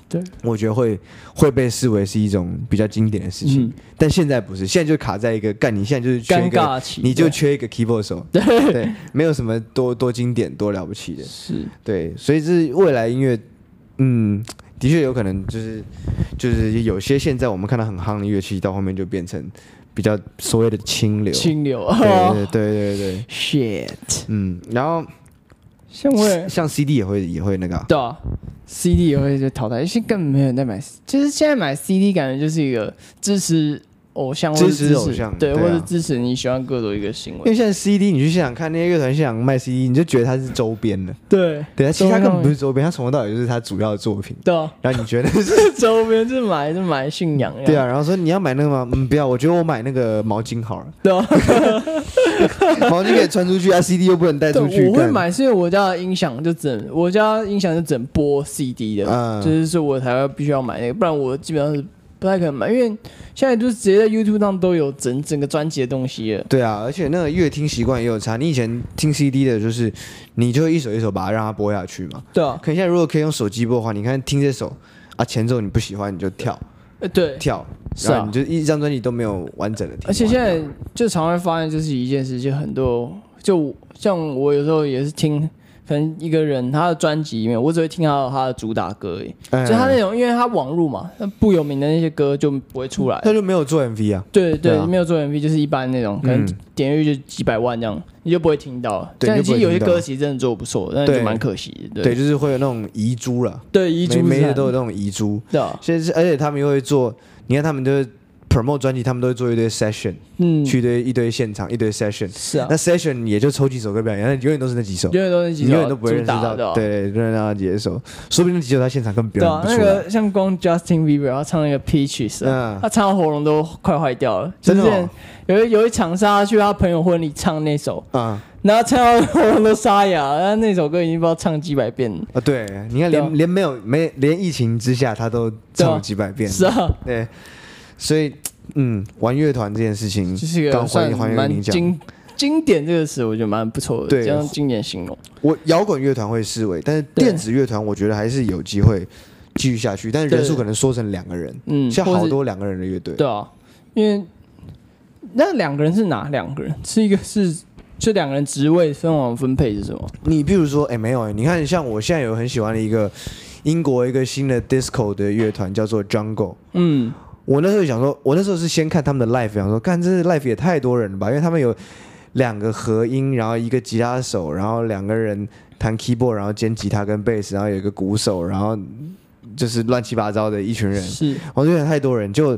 B: 对，
A: 我觉得会会被视为是一种比较经典的事情，
B: 嗯
A: 但现在不是，现在就卡在一个干，你现在就是缺一
B: 尴
A: 个
B: 尬期，
A: 你就
B: 对
A: 缺一个 keyboard 手，对，没有什么多多经典、多了不起的，
B: 是，
A: 对，所以这未来音乐，嗯，的确有可能就是就是有些现在我们看到很夯的乐器，到后面就变成比较所谓的清流，
B: 清流哦
A: 对对对对对，
B: ，shit，
A: 嗯，然后
B: 像我也
A: 哎像 CD 也会也会那个啊、
B: 对啊，CD 也会就淘汰，现在根本没有人在买，就是现在买 CD 感觉就是一个支持偶像，或者
A: 支持偶像
B: 对，
A: 对啊
B: 或者支持你喜欢歌手一个行
A: 因
B: 为，
A: 为现在 CD 你去现场看那些乐团现场卖 CD，你就觉得它是周边的，
B: 对
A: 对，其实它
B: 周边
A: 根本不是周边，它从头到尾就是它主要的作品，
B: 对啊，
A: 然后你觉得
B: 周边就买就买信仰，
A: 对啊，，然后说你要买那个吗？嗯，不要，我觉得我买那个毛巾好了，
B: 对啊，
A: 毛巾可以穿出去啊，CD 又不能带
B: 对，
A: 出去。
B: 我会
A: 干，
B: 买是因为我家的音响就只能，我家音响就只能播 CD 的，
A: 嗯
B: 就是说我才会必须要买那个，不然我基本上是不太可能买，因为现在就是直接在 YouTube 上都有整整个专辑的东西了，
A: 对啊，而且那个乐听习惯也有差。你以前听 CD 的，就是你就会一首一首把它让它播下去嘛。
B: 对啊，
A: 可你现在如果可以用手机播的话，你看听这首啊，前奏你不喜欢你就跳
B: 呃对，
A: 跳，
B: 是啊
A: 然后你就一张专辑都没有完整的听完。
B: 而且现在就常会发现，就是一件事，就很多，就像我有时候也是听可能一个人他的专辑里面，我只会听到他的主打歌而已。
A: 哎
B: 就他那种，因为他网路嘛，那不有名的那些歌就不会出来。
A: 他就没有做 MV 啊。
B: 对对
A: 对啊
B: 没有做 MV 就是一般那种，可能
A: 嗯
B: 点阅率就几百万这样，你就不会听到。
A: 对
B: 但
A: 你就
B: 其
A: 不会
B: 实有些
A: 听到
B: 歌其实真的做的不错，但
A: 对
B: 就蛮可惜的。
A: 对，
B: 对
A: 就是会有那种遗珠了，
B: 对，遗珠
A: 每每
B: 之
A: 一个都有
B: 憾
A: 那种遗珠。
B: 对啊，
A: 现在是，而且他们又会做，你看他们就是 promote 专辑，他们都会做一堆 session，、
B: 嗯，
A: 去一堆一堆现场，一堆 session。
B: 是啊
A: 那，session 也就抽几首歌表演，那永远都是那几首，
B: 永远都是几
A: 你
B: 首
A: 永远都不会认识
B: 主打
A: 到，
B: 的啊
A: 对，认识到几首，说不定那几首他现场根本
B: 对
A: 表演，
B: 啊
A: 不
B: 那
A: 出来。
B: 个像光 Justin Bieber 他唱那个 Peaches，、啊
A: 嗯
B: 他唱到喉咙都快坏掉了。
A: 真的哦
B: 就是之前有一有一场是他去他朋友婚礼唱那首，
A: 啊
B: 然后唱到喉咙都沙哑了，他那首歌已经不知道唱几百遍了。
A: 啊，对，你看
B: 对啊
A: 连连没有没连疫情之下，他都唱了几百遍，
B: 是啊，
A: 对，所以嗯，玩乐团这件事情，
B: 就是一
A: 刚
B: 个
A: 还
B: 算
A: 原还原
B: 蛮
A: 你讲，
B: 经经典这个词，我觉得蛮不错的，
A: 对
B: 这样经典形容。
A: 我摇滚乐团会视为，但是
B: 对
A: 电子乐团我觉得还是有机会继续下去，但是人数
B: 对
A: 可能缩成两个人，
B: 嗯，
A: 像
B: 或
A: 好
B: 是
A: 多两个人的乐队，
B: 对啊，因为那两个人是哪两个人？是一个是这两个人职位分往分配是什么？
A: 你比如说，哎、没有哎、你看像我现在有很喜欢的一个英国一个新的 disco 的乐团叫做 Jungle。
B: 嗯，
A: 我那时候想说，我那时候是先看他们的 live，想说，看这 live 也太多人了吧，因为他们有两个合音，然后一个吉他手，然后两个人弹 keyboard，然后兼吉他跟贝斯，然后有一个鼓手，然后就是乱七八糟的一群人。
B: 是
A: 我就觉得太多人，就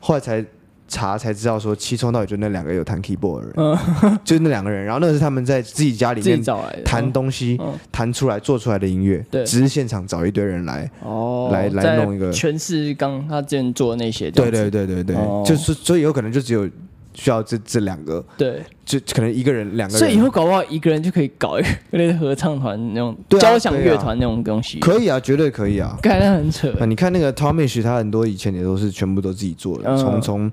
A: 后来才查才知道说，七冲到底就那两个有弹 keyboard 的人， 就那两个人，然后那个是他们在自己家里
B: 嗯自己
A: 面
B: 找来的
A: 弹东西
B: 嗯
A: 弹出来做出来的音乐，
B: 对
A: 只是现场找一堆人来，
B: 哦，
A: 来来
B: 在
A: 弄一个
B: 诠释刚他之前做的那些这
A: 对
B: 样子，
A: 对对对对，
B: 哦
A: 就是所以有可能就只有需要这这两个，
B: 对
A: 就可能一个人两个人，
B: 所以以后搞不好一个人就可以搞一个有点合唱团那种、
A: 对啊
B: 交响乐团那种东西，
A: 可以啊，绝对可以啊。
B: 感觉很扯
A: 啊，。你看那个 Tomish，他很多以前也都是全部都自己做的，
B: 嗯
A: 从从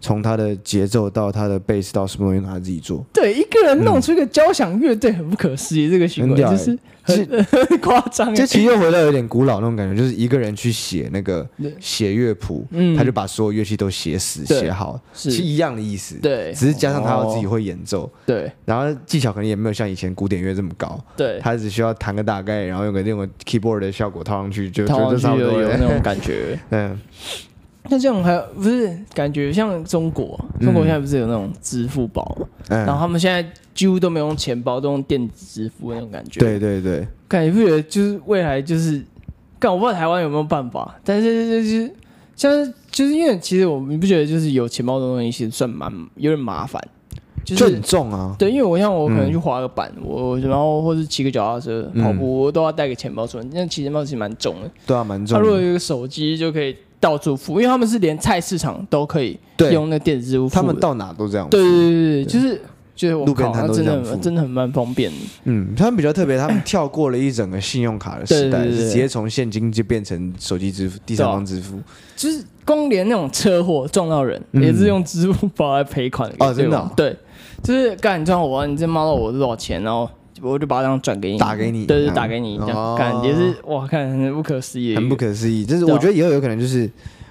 A: 从他的节奏到他的贝斯到什么东西，他自己做。
B: 对，一个人弄出一个交响乐队很不可思议，这个行为
A: 很屌欸
B: 就是很 很夸张欸。
A: 这其实又回到有点古老那种感觉，就是一个人去写那个
B: 对
A: 写乐谱，
B: 嗯
A: 他就把所有乐器都写死
B: 对
A: 写好，
B: 是
A: 是一样的意思，
B: 对哦
A: 只是加上他要自己会演奏，
B: 对
A: 然后技巧可能也没有像以前古典乐这么高，
B: 对，
A: 他只需要弹个大概，然后用个那种 keyboard 的效果套上去就
B: 逃
A: 就
B: 亡
A: 就
B: 剧
A: 差不多
B: 有有那
A: 了。
B: 种感觉。
A: 嗯，
B: 那这样还有不是感觉像中国，中国现在不是有那种支付宝嘛，
A: 嗯
B: 然后他们现在几乎都没用钱包，都用电子支付那种感觉。
A: 对，对对，
B: 感觉不觉得就是未来就是，干我不知道台湾有没有办法，但是就是像就是因为其实我们不觉得就是有钱包的东西其实算蛮有点麻烦，就
A: 就很
B: 是。
A: 重啊，
B: 对，因为我像我可能
A: 嗯
B: 去滑个板，我然后或是骑个脚踏车、跑步，我都要带个钱包出门。那骑钱包其实蛮重的，
A: 对啊，蛮
B: 他
A: 嗯重
B: 如果
A: 的。
B: 有一个手机就可以到处付，因为他们是连菜市场都可以
A: 对
B: 用那电子支付付的。
A: 他们到哪都这样。
B: 对对对对，就是就是我
A: 路边
B: 靠，
A: 摊
B: 那
A: 都是
B: 真
A: 这样
B: 的
A: 付
B: 真的很蛮方便的。
A: 嗯，他们比较特别，他们跳过了一整个信用卡的时代，
B: 对对对对
A: 是直接从现金就变成手机支付、第三方支付。
B: 就是光连那种车祸撞到人，
A: 嗯
B: 也是用支付宝来赔款
A: 哦真的哦
B: 对，就是干你撞我啊，你这骂到我多少钱，然后我就把它转给你，
A: 打给你
B: 对
A: 这
B: 对，
A: 样
B: 打给你，这样
A: 哦
B: 干也是哇，看很不可思议，
A: 很不。可思议。就是
B: 对啊
A: 我觉得以后有可能就是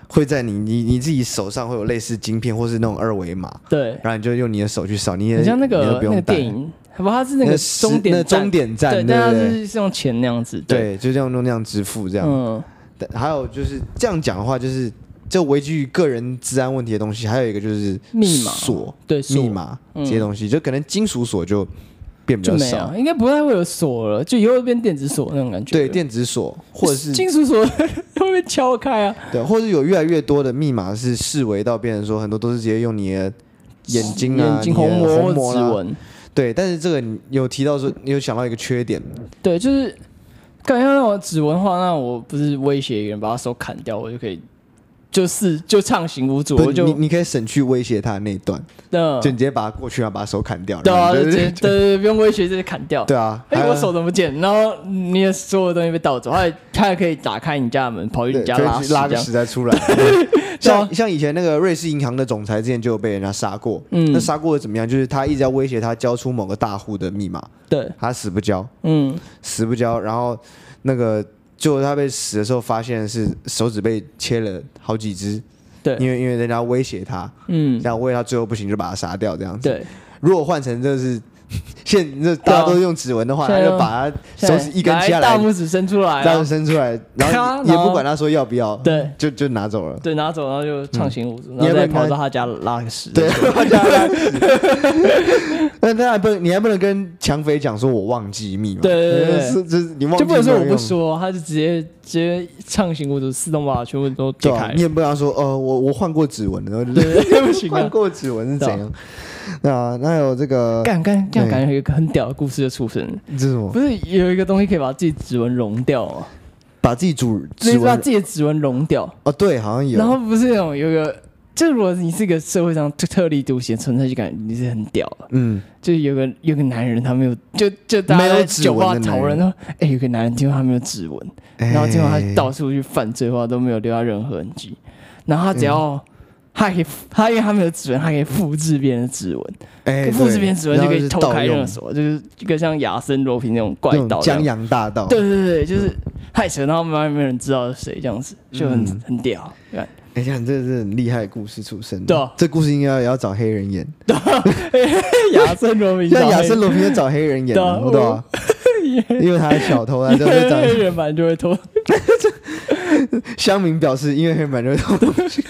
A: 会在你你你自己手上会有类似晶片或是那种二维码，
B: 对，
A: 然后你就用你的手去扫，你也
B: 很像那
A: 你都
B: 个
A: 不
B: 那
A: 用
B: 个
A: 带
B: 电，影，不，它是那
A: 那
B: 个
A: 是
B: 终点
A: 那
B: 站
A: 终点站，
B: 对，
A: 对
B: 但它
A: 对
B: 是用钱那样子，
A: 对，就这样用那样支付这样。
B: 嗯，
A: 但还有就是这样讲的话，就是这危惧个人治安问题的东西，还有一个就是
B: 密码
A: 锁、
B: 对，锁嗯
A: 密码这些东西，就可能金属锁就变比
B: 就
A: 较
B: 没
A: 少
B: 有，。应该不太会有锁了，就以后变电子锁那种感觉。
A: 对电子锁，或者是
B: 金属锁 会被敲开啊，
A: 对，或者有越来越多的密码是视为到变成说很多都是直接用你的眼睛啊、
B: 眼睛
A: 你的
B: 虹膜或
A: 虹膜
B: 指
A: 啦，
B: 纹，
A: 对。但是这个你有提到说，你有想到一个缺点，
B: 对，就是感觉让我指纹的话，那我不是威胁一个人把他手砍掉，我就可以就是就畅行无阻，
A: 不
B: 我
A: 是你
B: 就
A: 你可以省去威胁他的那一段，
B: 那
A: 就你直接把他过去，然后把他手砍掉，
B: 对啊，
A: 然后
B: 就
A: 你
B: 直
A: 就
B: 接对对对，不用威胁，直接砍掉。
A: 对啊，还
B: 哎，
A: 有
B: 我手怎么不见？然后你的所有东西被盗走，他也他也可以打开你家的门，跑去
A: 对
B: 你家
A: 可以
B: 拉
A: 去
B: 屎
A: 拉
B: 这
A: 个
B: 样。
A: 屎再出来。 像像以前那个瑞士银行的总裁之前就有被人家杀过，
B: 嗯
A: 那杀过的怎么样？就是他一直要威胁他交出某个大户的密码，
B: 对，
A: 他死不交，
B: 嗯，
A: 死不交，然后那个最后他被死的时候，发现是手指被切了好几只，
B: 对，
A: 因为因为人家威胁他，
B: 嗯，
A: 然后为他最后不行就把他杀掉这样子。
B: 对，
A: 如果换成这是现在大家都用指纹的话，
B: 对啊
A: 他就把他手指一根
B: 来
A: 掐
B: 大
A: 来，
B: 拇指伸出来
A: 这样
B: 啊，
A: 伸出来， 然后
B: 咔然后
A: 也不管他说要不要，
B: 对
A: 就就拿走了。
B: 对，拿走，然后就畅行无阻，
A: 嗯你
B: 然
A: 要
B: 后
A: 不
B: 再
A: 然
B: 跑
A: 看
B: 到他家拉个屎。
A: 对，他家 拉屎但他还不能，你还不能跟强匪讲说我忘记密码，
B: 对对对对
A: 是就是你忘记
B: 就不能说我
A: 没有
B: 不
A: 用
B: 说，他就直接直接畅行无阻，自动把全部都解
A: 对啊
B: 开，
A: 你。也不能说呃我我换过指纹的，
B: 对对不行啊啊
A: 换过指纹是怎样？ 那那有这个
B: 干干这样，
A: 对
B: 感觉有一个很屌的故事就出生了。
A: 这是什么
B: 不是有一个东西可以把自己指纹溶掉吗？
A: 把自己主
B: 就是
A: 指
B: 把
A: 纹
B: 自己的指纹溶掉。
A: 哦对，好像有，
B: 然后不是那种有一个，就如果你是一个社会上特特立独行的存在，就感觉你是很屌的。
A: 嗯，
B: 就是有个有个男人他没有，就就大家
A: 没
B: 在
A: 有指
B: 酒
A: 纹
B: 吧
A: 的
B: 讨论
A: 男人
B: 说，哎、有个男人听说他没有指纹，然后结果他
A: 哎
B: 到处去犯罪的话都没有留下任何痕迹，然后他只要、
A: 嗯
B: 他可以复他因为他没有指纹，他可以复制别人的指纹，
A: 哎
B: 复制
A: 对
B: 别人指纹就
A: 然后
B: 可以偷
A: 盗
B: 开
A: 用
B: 任何锁，就是一个像亚森罗平那种怪
A: 那
B: 盗
A: 种
B: 这样
A: 江洋大盗，
B: 对对对，就是太扯，然后慢慢没有人知道是谁，这样子就很、
A: 嗯
B: 很屌。 对
A: 哎、看这是很厉害的故事出身的，
B: 对啊
A: 这故事应该也要找黑人演，
B: 亚森罗 平，
A: 像亚森罗平也找黑 人演
B: 对啊
A: 的，对吧、因为他是小偷，他就会
B: 黑
A: 找
B: 人版就会偷，
A: 乡民表示，因为黑人版就会偷东 西，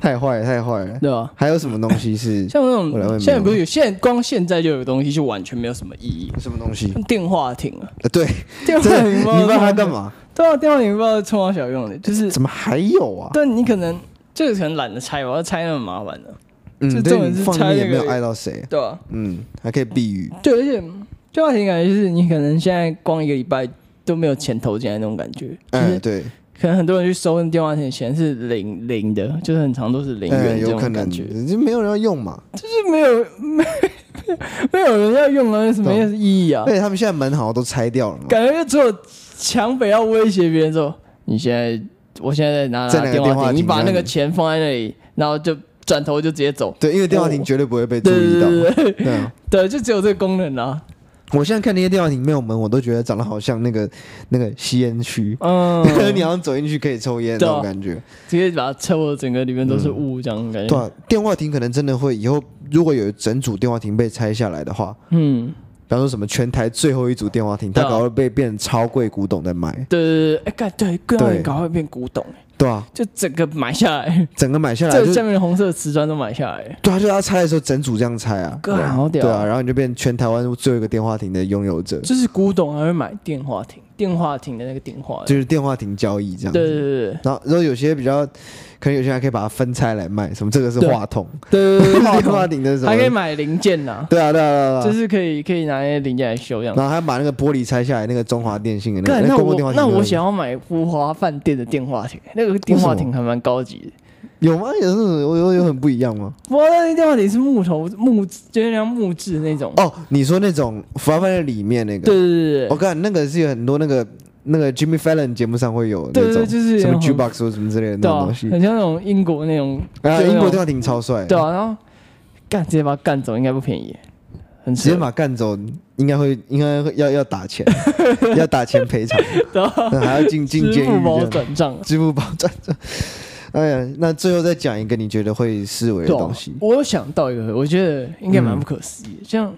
A: 太坏了，太坏了。
B: 对吧？
A: 还有什么东西 是
B: 像那
A: 嗯我来问
B: 种
A: 你
B: 现在不是有现在光现在就有东西就完全没有什么意义，
A: 什么东西？
B: 像电话亭啊，
A: 呃 对，
B: 电
A: 这
B: 话
A: 你
B: 亭
A: 不知道他干？嘛？
B: 对啊，电话亭不知道冲我小用的，就是
A: 怎么还有啊？
B: 但你可能就是可能懒得拆吧，要拆那么麻烦的，
A: 嗯，
B: 这
A: 对
B: 重点
A: 你
B: 是
A: 放
B: 拆
A: 屁也
B: 那
A: 没有
B: 个
A: 爱到谁。
B: 对吧？
A: 嗯，还可以避雨。
B: 对，啊而且电话亭感觉就是你可能现在光一个礼拜都没有钱投进来那种感觉， 就
A: 哎，
B: 是
A: 对，
B: 可能很多人去收电话亭的钱是零零的，就是很长都是零
A: 哎，
B: 元这
A: 有
B: 种
A: 可
B: 感
A: 能
B: 觉，
A: 就没有人要用嘛。
B: 就是没有 没没有人要用啊，有什么
A: 懂
B: 意义啊
A: 而？且他们现在门好像都拆掉了嘛。
B: 感觉就只有强北要威胁别人说，你现在我现在在拿
A: 在哪个
B: 电
A: 电
B: 话
A: 话
B: 亭，
A: 亭
B: 你把那
A: 那
B: 个
A: 里
B: 钱放在那里，然后就转头就直接走。
A: 对，因为电话
B: 哦
A: 亭绝对不会被注
B: 对
A: 意
B: 对
A: 到。
B: 对对对
A: 对啊。
B: 对，就只有这个功能啊。
A: 我现在看那些电话亭没有门，我都觉得长得好像那个那个吸烟区，
B: 嗯，
A: 你好像走进去可以抽烟那种感觉。
B: 直接把它抽的整个里面都是雾，这样感
A: 对
B: 觉。
A: 啊、电话亭可能真的会以后如果有一整组电话亭被拆下来的话，
B: 嗯，
A: 比方说什么全台最后一组电话亭，它
B: 对啊
A: 搞不好被变成超贵古董在卖，
B: 对对对，哎，干对，电话亭
A: 对
B: 搞快变古董，
A: 对啊，
B: 就整个买下来，
A: 整个买下来
B: 这
A: 就
B: 下面的红色的瓷砖都买下来。
A: 对啊，就他拆的时候整组这样拆啊，
B: 干
A: 对啊
B: 好屌啊
A: 对啊，然后你就变全台湾最后一个电话亭的拥有者，
B: 就是古董还会买电话亭，电话亭的那个电话。对
A: 就是电话亭交易这样子。
B: 对对
A: 然后，然后有些比较，可能有些人还可以把它分拆来卖，什么这个是
B: 对
A: 话筒，
B: 对对对，
A: 电 话亭的什么
B: 还可以买零件呐，
A: 对啊，对啊，对啊，对啊
B: 就是可以可以拿那些零件来修这样。
A: 然后还把那个玻璃拆下来，那个中华电信的那
B: 干
A: 个
B: 那
A: 公共电
B: 我
A: 话亭
B: 那
A: 都
B: 我
A: 有
B: 想要买福华饭店的电话亭，那个电话亭
A: 为什么
B: 还蛮高级的。
A: 有吗？有有有有有很不一样吗？
B: 福华饭店电话亭是木头木，就是像木质那种。
A: 哦，你说那种福华饭店里面那个，
B: 对对对
A: 我
B: 对
A: 看那个是有很多那个那个 Jimmy Fallon 节目上会有那
B: 对对
A: 种
B: 就是
A: 什么
B: 很
A: Jukebox 或什么之类的那
B: 对
A: 种
B: 啊，
A: 东西
B: 很像那种英国那种
A: 啊，
B: 就那
A: 英
B: 种
A: 国电话亭超帅，
B: 对啊，然后干直接把它干走应该不便宜，很
A: 直接
B: 扯
A: 把干走，应该会应该会要要打 钱，要打钱赔偿，
B: 对啊
A: 那还要进 进
B: 支
A: 监
B: 付
A: 狱
B: 宝
A: 这样，
B: 转账。
A: 支付宝转账。哎呀，那最后再讲一个你觉得会视为的
B: 对啊
A: 东西，嗯
B: 我有想到一个，我觉得应该蛮不可思议的。像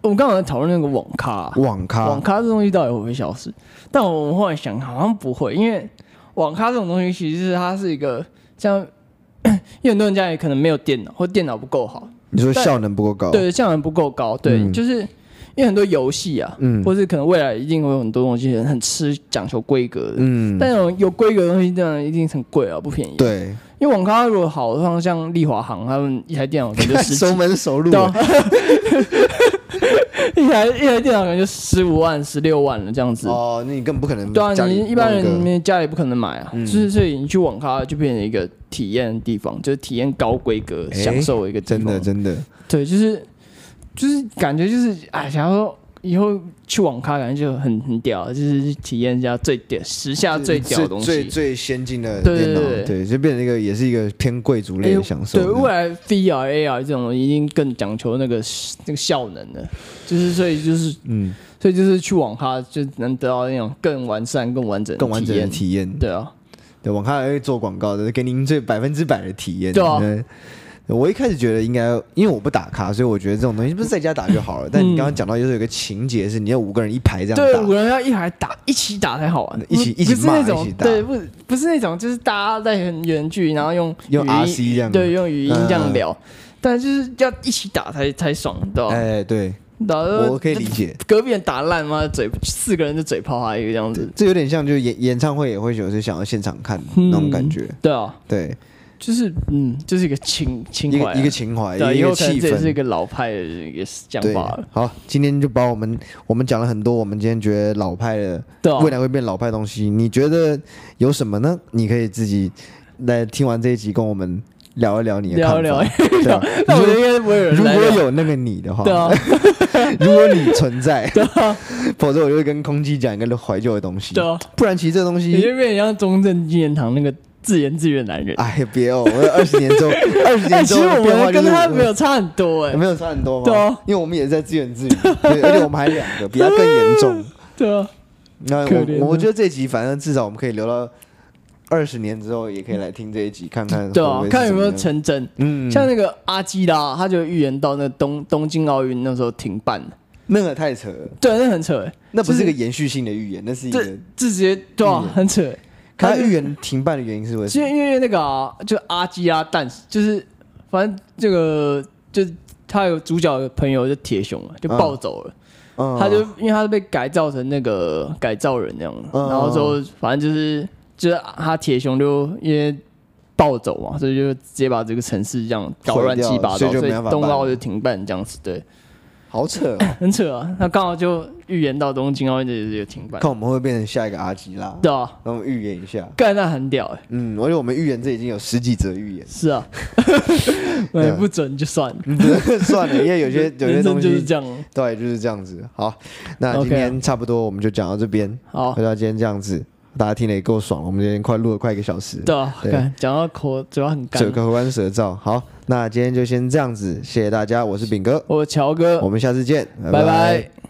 B: 我们刚刚有在讨论那个网咖啊，
A: 网咖，
B: 网咖这东西到底会不会消失？但我们后来想，好像不会，因为网咖这种东西其实是它是一个像， 因为很多人家里可能没有电脑，或电脑不够好，
A: 你说
B: 但
A: 效能不够高，
B: 对，效能不够高，对，
A: 嗯
B: 就是因为很多游戏啊，
A: 嗯
B: 或是可能未来一定会有很多东西很很吃讲求规格的，
A: 嗯，
B: 但那种有规格的东西当然一定很贵啊，不便宜。，
A: 对，
B: 因为网咖如果好的话，像丽华行他们一台电脑可能就 十几
A: 熟门熟路
B: 对、啊， 一台一台电脑可能就十五万、十六万了这样子。
A: 哦，那你根本不可能
B: 对啊，
A: 家里
B: 你一般
A: 弄个
B: 人你家里不可能买啊，
A: 嗯
B: 就是所以你去网咖就变成一个体验的地方，就是体验高规格、
A: 哎
B: 享受的一个地
A: 真
B: 方。
A: 的真的，
B: 对，就是就是感觉就是哎，想要说以后去网咖感觉就很很屌，就是去体验一下最屌、时下最屌的东
A: 最
B: 西。
A: 最先进的
B: 对对
A: 电脑
B: 对，对哎
A: 对，就变成一个也是一个偏贵族类的享受
B: 对
A: 这样。
B: 未来 VR、AR 这种一定更讲求那个那个效能了，就是所以就是
A: 嗯，
B: 所以就是去网咖就能得到那种更完善、更完整、
A: 更完整的。体验。
B: 对啊，
A: 对，网咖还会做广告的，给您最百分之百的体验。
B: 对啊
A: 我一开始觉得应该，因为我不打卡，所以我觉得这种东西不是在家打就好了。但你刚刚讲到，就是有一个情节是，你要五个人一排这
B: 嗯对，
A: 样打，
B: 五个人要一排打，一起打才好玩，
A: 一起
B: 不
A: 一起
B: 不是
A: 骂
B: 那种
A: 一起打
B: 对，不不是那种就是大家在很远距离，然后用
A: 用
B: 语音
A: RC 这样
B: 对，用语音
A: 嗯
B: 这样聊，但就是要一起打才才爽，对吧？
A: 哎，对，
B: 然后
A: 我可以理解。
B: 隔壁人打烂嘛，嘴四个人就嘴炮他一个这样子，
A: 这有点像，就是演演唱会也会有时想要现场看那种感觉，
B: 对啊，
A: 对，就是
B: 嗯，就是一个情情
A: 一
B: 怀啊，
A: 个一个情怀，
B: 对啊，
A: 一
B: 以后
A: 个
B: 可能
A: 气
B: 这也是一
A: 氛。
B: 个老派的一个讲
A: 对
B: 法了，，
A: 好，今天就把我们我们讲了很多，我们今天觉得老派的，
B: 对啊，
A: 未来会变老派的东西，你觉得有什么呢？你可以自己来听完这一集，跟我们聊一聊你的看法。
B: 聊一聊，
A: 对啊
B: 那我觉得应该不会有
A: 如
B: 人来
A: 果
B: 聊
A: 有那个你的话，
B: 对啊，
A: 如果你存 在，否则我就会跟空气讲一个怀旧的东西。
B: 对啊
A: 不然其实这个东
B: 你
A: 西，
B: 就变成像中正纪念堂那个自言自语的男人。
A: 哎呀，别哦，我二十年 之后，二十
B: 哎、
A: 年
B: 其
A: 之
B: 实
A: 后的
B: 我
A: 变化
B: 们
A: 就
B: 跟
A: 是
B: 他
A: 我
B: 没有差很多哎、
A: 没有差很多吗？
B: 对啊
A: 因为我们也是在自怨自语，对，而且我们还两个，比他更严重。
B: 对啊，
A: 那
B: 可怜啊
A: 我我
B: 的
A: 觉得这集反正至少我们可以留到二十年之后，也可以来听这一集，看看
B: 对
A: 会不
B: 啊
A: 会，是
B: 看有没有
A: 怎么样
B: 成真。
A: 嗯，
B: 像那个阿基拉，他就预言到那东东京奥运那时候停办了，
A: 那个太扯了，
B: 对，那很扯哎、
A: 那不是
B: 就
A: 个
B: 是
A: 延续性的预言，那是一
B: 这
A: 个。
B: 这直接对啊
A: 预，言
B: 很扯、欸。
A: 他
B: 他就
A: 预言停办的原因是为什
B: 因
A: 么？
B: 为因为那个啊，就阿基拉蛋，就是反正这个就是他有主角的朋友就铁熊啊，就
A: 嗯
B: 暴走了。
A: 嗯
B: 他就因为他是被改造成那个改造人那样，
A: 嗯
B: 然后之后反正就是就是他铁熊就因为暴走嘛，所以就直接把这个城市这样搞乱七八
A: 毁掉了
B: 糟，
A: 所以就
B: 所以
A: 没办法
B: 冬
A: 办
B: 奥
A: 了
B: 就停办这样子，对，
A: 好 扯哦！
B: 很扯啊。他刚好就预言到东京奥运这就停办，
A: 看我们会变成下一个阿基拉，
B: 对啊，
A: 让我们预言一下。
B: 干那很屌哎、，
A: 嗯，而且我们预言这已经有十几则预言
B: 是啊，哎不准就算了，
A: 算了，因为有些有些
B: 人生
A: 东
B: 就是
A: 西
B: 这样。
A: 对就是这样子。好，那今
B: OK 啊
A: 天差不多我们就讲到这边，
B: 好
A: 回，到今天这样子，大家听得也够爽了。我们今天快录了快一个小时，
B: 对啊，
A: 对
B: 干讲到口嘴巴很干
A: 整，个口干舌燥。好，那今天就先这样子，谢谢大家，我是炳哥，
B: 我乔哥
A: 我，们下次见，
B: 呃拜拜。